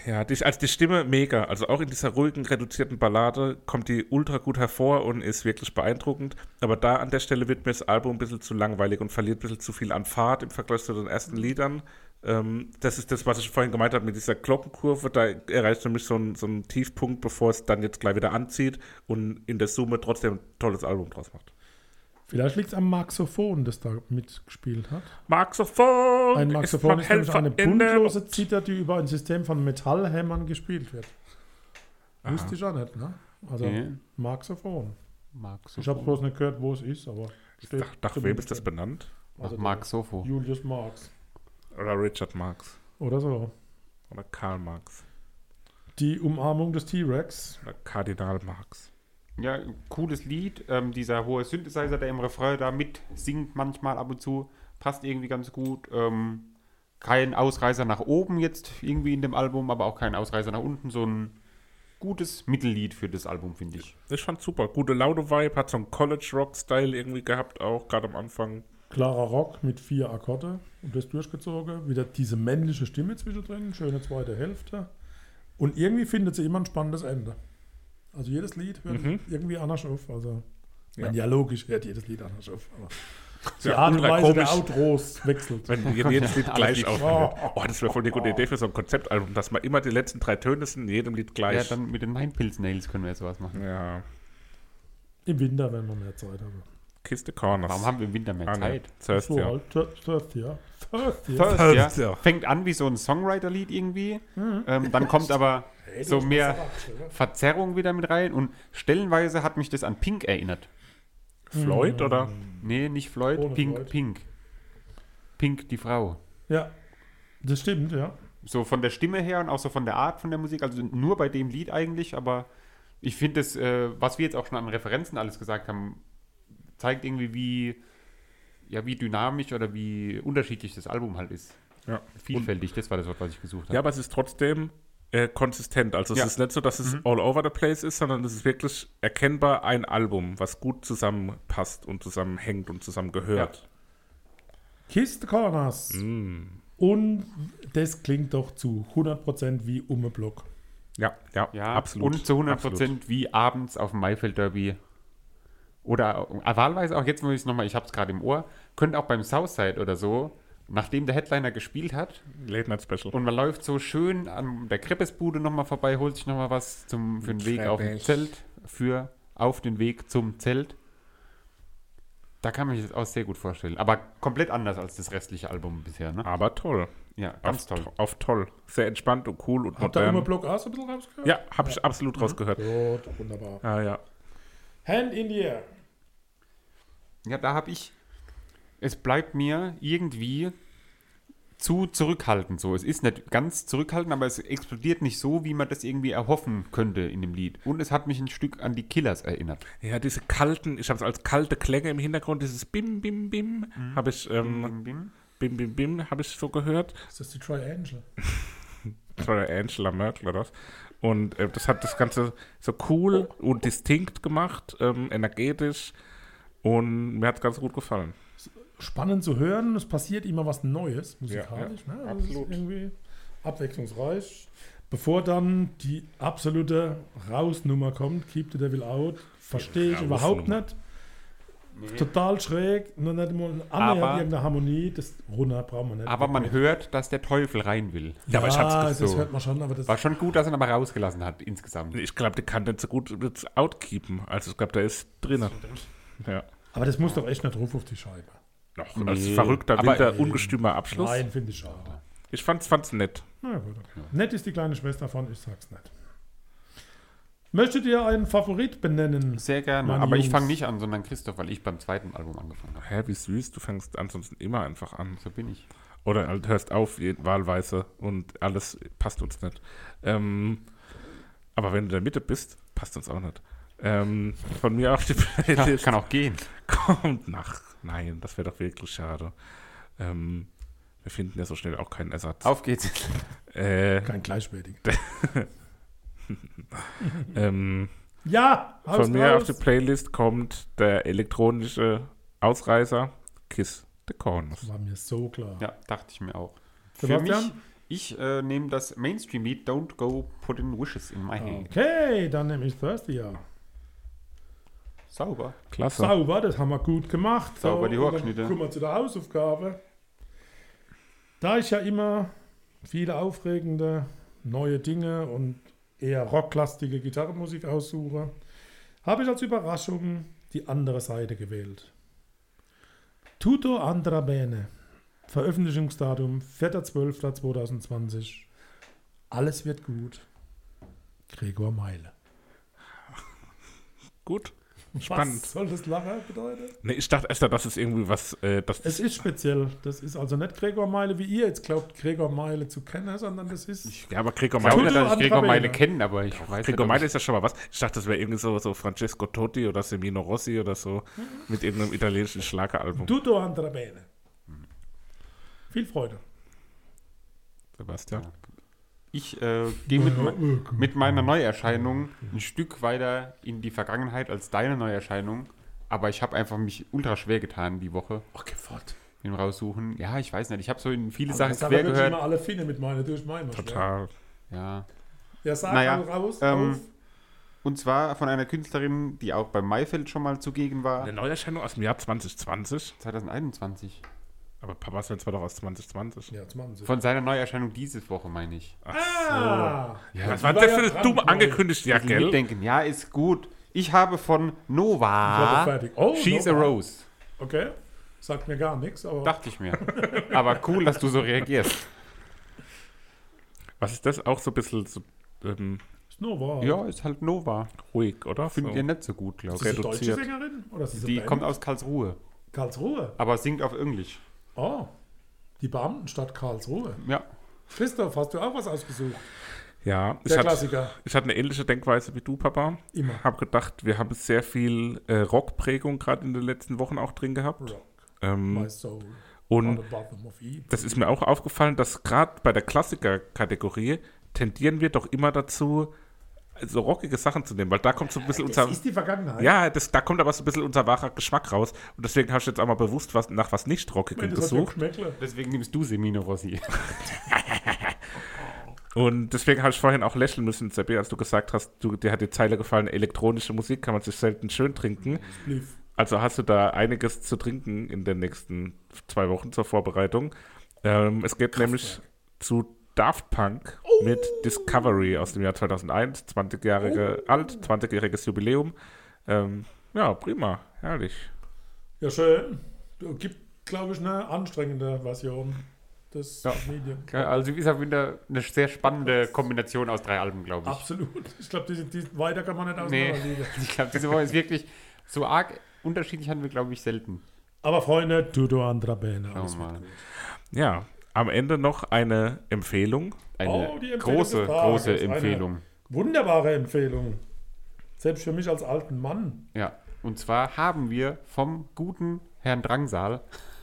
Ja, die, also die Stimme mega. Also auch in dieser ruhigen, reduzierten Ballade kommt die ultra gut hervor und ist wirklich beeindruckend. Aber da an der Stelle wird mir das Album ein bisschen zu langweilig und verliert ein bisschen zu viel an Fahrt im Vergleich zu den ersten Liedern. Ähm, das ist das, was ich vorhin gemeint habe mit dieser Glockenkurve. Da erreicht nämlich so einen, so einen Tiefpunkt, bevor es dann jetzt gleich wieder anzieht und in der Summe trotzdem ein tolles Album draus macht.
Vielleicht liegt es am Marxophon, das da mitgespielt hat.
Maxophon!
Ein Marxophon ist nämlich eine
in der-
buntlose Zither, die über ein System von Metallhämmern gespielt wird. Wusste ich auch nicht, ne? Also
Nee.
Marxophon.
Mark
Ich habe bloß nicht gehört, wo es ist, aber steht.
Nach, nach wem ist das benannt?
Also der
Mark Sofo.
Julius Marx
Oder Richard Marx?
oder so.
Oder Karl Marx?
Die Umarmung des T-Rex.
Oder Kardinal Marx?
Ja, cooles Lied. Ähm, dieser hohe Synthesizer, der im Refrain da mit singt manchmal ab und zu, passt irgendwie ganz gut. Ähm, kein Ausreißer nach oben jetzt irgendwie in dem Album, aber auch kein Ausreißer nach unten. So ein gutes Mittellied für das Album, finde ich.
Ich fand super. Gute Laune-Vibe, hat so einen College-Rock-Style irgendwie gehabt, auch gerade am Anfang.
Klarer Rock mit vier Akkorde und das durchgezogen. Wieder diese männliche Stimme zwischendrin, schöne zweite Hälfte. Und irgendwie findet sie immer ein spannendes Ende. Also jedes Lied hört
Mhm.
irgendwie anders auf. Also, ja.
Ja.
Meine, ja, logisch hört jedes Lied anders auf. Aber die
ja
Art und
ultra
Weise der
komisch.
Outros wechselt. Ah.
Wenn je- jedes Lied gleich
Alles
aufhört. Oh, das wäre voll eine gute Idee für so ein Konzeptalbum, dass man immer die letzten drei Töne sind in jedem Lied
Ja,
gleich. Ja,
dann mit den Mindpilz-Nails können wir sowas machen.
Im Winter, wenn man mehr Zeit hat.
Kiste Corners.
Warum haben wir im Winter mehr Zeit?
Zuerst,
so
ja.
halt. Thir- Thirsty, ja. Thirsty, ja.
Thirst, ja.
Thirst, ja.
Fängt an wie so ein Songwriter-Lied irgendwie. Ähm, dann kommt aber so mehr Verzerrung wieder mit rein. Und stellenweise hat mich das an Pink erinnert.
Floyd oder?
Nee, nicht Floyd,
Ohne
Pink,
Floyd.
Pink. Pink, die Frau.
Ja, das stimmt, ja.
So von der Stimme her und auch so von der Art von der Musik, also nur bei dem Lied eigentlich, aber ich finde das, äh, was wir jetzt auch schon an Referenzen alles gesagt haben, zeigt irgendwie, wie, ja, wie dynamisch oder wie unterschiedlich das Album halt ist.
Ja.
Vielfältig, das war das Wort, was ich gesucht habe.
Ja, aber es ist trotzdem äh, konsistent. Also es
Ja. Mhm.
ist nicht so, dass es all over the place ist, sondern es ist wirklich erkennbar ein Album, was gut zusammenpasst und zusammenhängt und zusammengehört.
Kiss the Corners.
Mm.
Und das klingt doch zu 100% wie Umme Block.
Ja, ja,
Ja,
absolut.
Und zu 100
absolut.
Prozent wie abends auf dem Maifeld Derby. Oder äh, wahlweise auch jetzt, muss ich es nochmal, ich habe es gerade im Ohr, könnte auch beim Southside oder so, nachdem der Headliner gespielt hat
Late Night Special.
und man läuft so schön an der Kreppesbude nochmal vorbei, holt sich nochmal was zum, für den Weg auf dem
Kreppes.
Zelt, für auf den Weg zum Zelt. Da kann man sich das auch sehr gut vorstellen. Aber komplett anders als das restliche Album bisher, ne?
aber toll.
Ja, ganz
auf,
toll.
to- Auf toll. Sehr entspannt und cool und
Habt ihr
modern.
Umme Block auch so ein bisschen rausgehört?
Ja, Mhm. habe ich absolut rausgehört.
Gut, wunderbar.
Ah, ja.
Hand in the air.
Ja, da habe ich. Es bleibt mir irgendwie zu zurückhaltend so. Es ist nicht ganz zurückhaltend, aber es explodiert nicht so, wie man das irgendwie erhoffen könnte in dem Lied. Und es hat mich ein Stück an die Killers erinnert.
ja, diese kalten, ich habe es als kalte Klänge im Hintergrund, dieses Bim, Bim, Bim, habe ich, ähm, Bim, Bim, Bim, habe ich so gehört.
Ist das die Triangle?
Das war der Angela Merkel oder was. Und äh, das hat das Ganze so cool und distinkt gemacht, ähm, energetisch. Und mir hat es ganz gut gefallen.
Spannend zu hören, es passiert immer was Neues, musikalisch.
ja,
ne? Also es
absolut.
Ist irgendwie abwechslungsreich. Bevor dann die absolute Rausnummer kommt, Keep the Devil Out, verstehe ich überhaupt
Rausnummer.
nicht. Total schräg, nur nicht mal eine
Aber-
annähernd irgendeine Harmonie, das runter brauchen wir nicht.
Aber man hört, dass der Teufel rein will.
Ja, aber ich hab's
Ah, das
gesucht.
hört man schon, aber das
War schon gut, dass er ihn aber rausgelassen hat insgesamt.
Ich glaube, der kann den so gut jetzt outkeepen. Also ich glaube, der ist drinnen. Ja.
Aber das muss doch echt nicht ruf auf die Scheibe.
Noch als
Nee.
verrückter,
Aber-
wilder, ungestümer Abschluss.
Nein, finde ich schade.
Ich fand's, fand's nett.
Na gut, okay. Nett ist die kleine Schwester von, ich sag's nicht. Möchtet ihr einen Favorit benennen?
Sehr gerne.
Meine
aber ich
Jungs.
fange nicht an, sondern Christoph, weil ich beim zweiten Album angefangen habe.
Hä, wie süß, du fängst ansonsten immer einfach an.
So bin ich.
Oder halt hörst auf, je- wahlweise, und alles passt uns nicht. Ähm, aber wenn du in der Mitte bist, passt uns auch nicht. Ähm, von mir auf die
Ja,
Playlist
kann auch gehen.
kommt nach. Nein, das wäre doch wirklich schade. Ähm, wir finden ja so schnell auch keinen Ersatz.
Auf geht's.
Äh,
Kein gleichwertigen.
ähm,
Ja,
von mir auf die Playlist kommt der elektronische Ausreißer Kiss the Corners.
War mir so klar.
Ja, dachte ich mir auch. Für mich
Sebastian?
Ich äh, nehme das Mainstream-Lied Don't Go Put in Wishes in
Oh.
My Hand.
Okay, dann nehme ich Thirsty ja.
Sauber.
Klasse.
Sauber, das haben wir gut gemacht.
Sauber die
und dann
Haarschnitte.
Kommen wir zu der Hausaufgabe. Da ich ja immer viele aufregende neue Dinge und eher rocklastige Gitarrenmusik aussuche, habe ich als Überraschung die andere Seite gewählt. Tutto Andra Bene. Veröffentlichungsdatum 4.12.2020. Alles wird gut. Gregor Meile.
Gut. Spannend.
Was soll das Lachen bedeuten?
Nee, ich dachte erst, das ist irgendwie was, äh, das
Es ist speziell. Das ist also nicht Gregor Meile, wie ihr jetzt glaubt, Gregor Meile zu kennen, sondern das ist.
Ja, aber Gregor
Ich
Meile,
glaube
Tutu
nicht, dass ich
und
Gregor
Rabena.
Meile kenne, aber ich weiß
Gregor
nicht. ob
Meile ist ja schon mal was. Ich dachte, das wäre irgendwie so, so Francesco Totti oder Semino Rossi oder so mit irgendeinem italienischen Schlageralbum.
Tutto andra bene.
Mhm.
Viel Freude.
Sebastian.
Ich ich, äh, gehe
Mhm.
mit, me- mit meiner Neuerscheinung ein Stück weiter in die Vergangenheit als deine Neuerscheinung. Aber ich habe einfach mich ultra schwer getan die Woche
Oh, Okay, fort.
im Raussuchen. Ja, ich weiß nicht. Ich habe so in viele
Sag
Sachen
Also, ich aber
quer
wirklich immer
gehört.
alle Finne mit meine durch meine.
Total.
Ja.
Ja, sag
Naja,
mal raus.
ähm,
auf.
Und zwar von einer Künstlerin, die auch bei Maifeld schon mal zugegen war.
Eine Neuerscheinung aus dem Jahr 2020.
2021.
Aber Papa Smith war doch aus 2020.
Ja, jetzt machen sie.
Von seiner Neuerscheinung diese Woche, meine ich.
ah!
Was
die
war das
ja
für eine
dran,
dumme
Leute.
angekündigte Ja,
Die
gell?
mitdenken, ja, ist gut. Ich habe von
Ich war doch
Nova
fertig. Oh,
Ah. She's a
Nova.
Rose.
Okay. Sagt mir gar nichts, aber.
Dachte ich mir. Aber cool, dass du so reagierst.
Was ist das? Auch so ein bisschen so, ähm,
ist nur wahr.
Ja, ist halt Nova.
ruhig, oder?
Findet
so.
ihr nicht so gut, glaube
Ist das
ich.
eine deutsche
reduziert.
Sängerin? Oder ist das eine
Die
Band?
kommt aus Karlsruhe,
Karlsruhe.
aber singt auf Englisch.
Oh. Die Beamtenstadt Karlsruhe.
Ja.
Christoph, hast du auch was ausgesucht?
Ja, ich
Der
hatte,
Klassiker.
ich hatte eine ähnliche Denkweise wie du, Papa.
Immer.
Hab gedacht, wir haben sehr viel äh, Rockprägung gerade in den letzten Wochen auch drin gehabt.
Rock,
Ähm,
my soul.
hm.
on
und
the bottom of Eve.
das ist mir auch aufgefallen, dass gerade bei der Klassiker-Kategorie tendieren wir doch immer dazu, so rockige Sachen zu nehmen, weil da kommt so ein bisschen unser.
Das ist die Vergangenheit.
Ja, das, da kommt aber so ein bisschen unser wahrer Geschmack raus. Und deswegen habe ich jetzt auch mal bewusst was, nach was nicht Rockigem
Wenn das hat
gesucht.
den Geschmäckle.
Deswegen nimmst du Semino Rossi.
Und deswegen habe ich vorhin auch lächeln müssen, Seppi, als du gesagt hast, du, dir hat die Zeile gefallen, elektronische Musik kann man sich selten schön
Mhm.
trinken.
Lief.
Also hast du da einiges zu trinken in den nächsten zwei Wochen zur Vorbereitung. Ähm, es geht nämlich zu Daft Punk mit Discovery aus dem Jahr 2001, 20-jährige alt, 20-jähriges Jubiläum. Ähm, ja, prima, herrlich.
Ja, schön. Du gibt, glaube ich, eine anstrengende Version des
Ja.
Medium.
Also ist ja wieder eine sehr spannende Kombination aus drei Alben, glaube ich.
Absolut. Ich glaube, die, die, weiter kann man nicht
Nee,
auseinanderliegen.
ich glaube, diese Woche ist wirklich so arg unterschiedlich, haben wir, glaube ich, selten.
Aber Freunde, Tudo Andra Bene.
Schauen
Alles
wir
wird
mal.
gut.
Ja, am Ende noch eine Empfehlung.
Eine
Oh, die Empfehlung
große,
des Tages,
große
eine-
Empfehlung.
Wunderbare Empfehlung. Selbst für mich als alten Mann.
Ja. Und zwar haben wir vom guten Herrn Drangsal,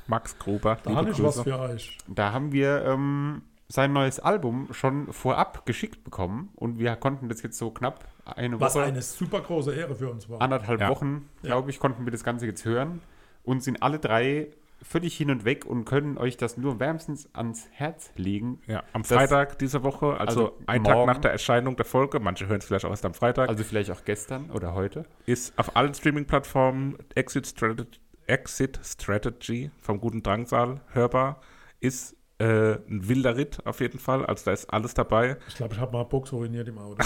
Max Gruber,
Da habe ich was für euch.
da haben wir ähm, sein neues Album schon vorab geschickt bekommen und wir konnten das jetzt so knapp eine
Was
Woche.
eine super große Ehre für uns war.
anderthalb
Ja.
Wochen, glaube ich, konnten wir das Ganze jetzt hören und sind alle drei völlig hin und weg und können euch das nur wärmstens ans Herz legen.
Ja, am
Das-
Freitag dieser Woche, also,
also
ein Tag
morgen.
nach der Erscheinung der Folge, manche hören es vielleicht auch erst am Freitag,
Also vielleicht auch gestern oder heute.
ist auf allen Streaming-Plattformen Exit Strategy, Exit Strategy vom guten Drangsal hörbar. Ist äh, ein wilder Ritt auf jeden Fall, also da ist alles dabei.
Ich glaube, ich habe mal eine Box ruiniert im Auto.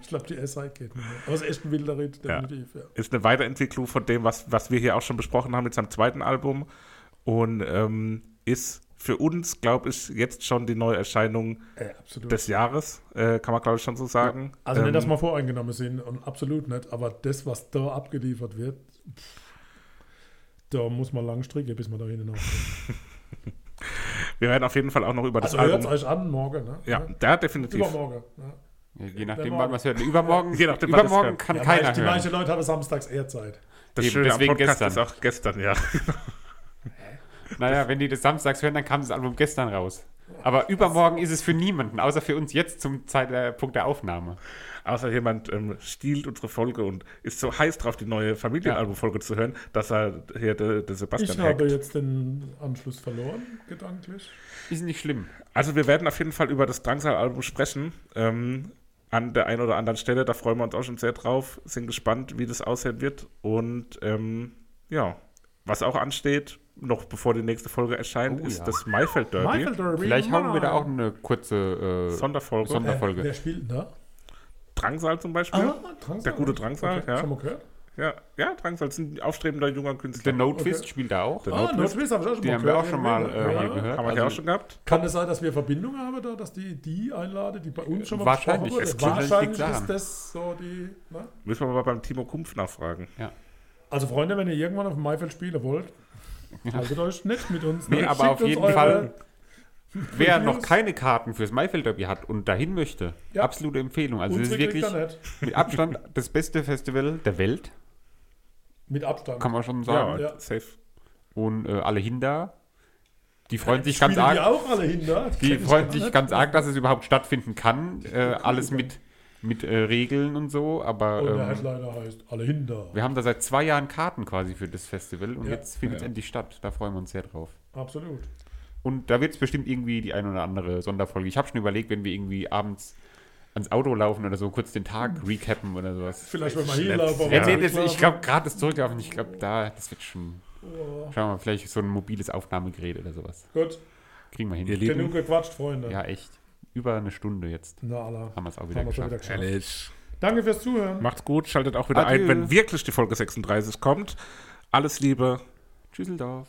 ich glaube, die SI geht nicht mehr. Aber es ist echt ein wilder Ritt,
Ja.
definitiv. Ja.
Ist eine Weiterentwicklung von dem, was, was wir hier auch schon besprochen haben mit seinem zweiten Album und ähm, ist für uns, glaube ich, jetzt schon die Neuerscheinung
Äh, absolut.
des Jahres, äh, kann man glaube ich schon so sagen.
also
Ähm,
nicht, dass wir voreingenommen sind und absolut nicht, aber das, was da abgeliefert wird, pff, da muss man lang stricken, bis man da hinten aufkommt.
wir werden auf jeden Fall auch noch über das
Also hört
Album
es euch an, morgen, ne?
Ja, da definitiv.
Übermorgen. Ne?
Ja, je nachdem,
Übermorgen.
wann man es hört. Übermorgen,
Je nachdem, wann
übermorgen
das
kann
Ja,
keiner
meist- die
hören.
meisten Leute haben samstags Ehrzeit.
Das
Eben,
Schöne am
deswegen
Podcast
gestern.
ist auch gestern, ja.
Naja, wenn die das samstags hören, dann kam das Album gestern raus. Aber übermorgen ist es für niemanden, außer für uns jetzt zum Zeitpunkt der Aufnahme.
Außer jemand ähm, stiehlt unsere Folge und ist so heiß drauf, die neue Familienalbum-Folge zu hören, dass er hier der, der Sebastian
Ich habe
hackt.
jetzt den Anschluss verloren, gedanklich.
Ist nicht schlimm.
Also wir werden auf jeden Fall über das Drangsal-Album sprechen. Ähm, an der einen oder anderen Stelle, da freuen wir uns auch schon sehr drauf. Sind gespannt, wie das aussehen wird. Und ähm, ja, was auch ansteht, noch bevor die nächste Folge erscheint,
Oh
ist
ja.
das Maifeld-Derby.
Michael Derby.
Vielleicht hauen wir da auch
Mann.
eine kurze äh,
Sonderfolge.
Sonder-
äh,
Folge.
Wer spielt denn da?
Drangsal zum Beispiel.
Ah, Drangsal.
Der gute Drangsal,
okay.
ja.
Schon mal gehört?
Ja, ja, Drangsal ist ein aufstrebender junger
The
Künstler.
No
Okay.
Twist spielt da auch.
Der
Ah,
Notwist.
No Twist habe ich auch schon
Die
mal
haben wir
gehört.
auch schon mal, äh,
Ja.
mal gehört.
Haben wir ja auch schon gehabt.
Kann es sein, dass wir Verbindungen haben da, dass die die einladen, die bei uns schon mal besprochen
Wahrscheinlich.
wurde?
Es klingelt
Wahrscheinlich
die Klagen.
ist das so die... Ne?
Müssen wir mal beim Timo Kumpf nachfragen.
Also Freunde, wenn ihr irgendwann auf dem Maifeld spielen wollt, haltet euch nicht mit uns.
Nee,
ne?
aber
Schickt
auf
uns
jeden
eure-
Fall, wer
Reviews.
noch keine Karten fürs Maifeld Derby hat und dahin möchte,
Ja.
absolute Empfehlung. Also es
unsere
ist
kriegt
wirklich
ihr nicht.
mit Abstand das beste Festival der Welt,
Mit Abstand.
kann man schon
Ja,
sagen.
Ja.
safe.
Und äh, alle Hinder, die freuen sich
Spielen
ganz
die
arg,
auch alle hinter?
die freuen sich ganz arg, dass es überhaupt stattfinden kann. Äh, alles mit, mit äh, Regeln und so, aber
Und der
ähm,
Headliner heißt alle hinter.
wir haben da seit zwei Jahren Karten quasi für das Festival und
Ja.
jetzt findet es
Ja.
endlich statt. Da freuen wir uns sehr drauf.
Absolut.
Und da wird es bestimmt irgendwie die ein oder andere Sonderfolge. Ich habe schon überlegt, wenn wir irgendwie abends ans Auto laufen oder so, kurz den Tag recappen oder sowas.
Vielleicht wollen wir hier laufen.
Ja,
aber
nee,
nicht
das, ich
laufen.
glaube, gerade das Zurücklaufen, ich glaube, da, das wird schon.
Oh,
Schauen wir mal, vielleicht so ein mobiles Aufnahmegerät oder sowas.
Gut,
Kriegen wir hin.
Ihr
genug
Lieben.
gequatscht, Freunde.
Ja, echt. Über eine Stunde jetzt.
Na, Allah.
Haben wir es auch wieder
Haben wir schon
geschafft.
wieder geschafft. Danke fürs Zuhören.
Macht's gut, schaltet auch wieder
Adieu.
ein, wenn wirklich die Folge 36 kommt. Alles Liebe.
Tschüsseldorf.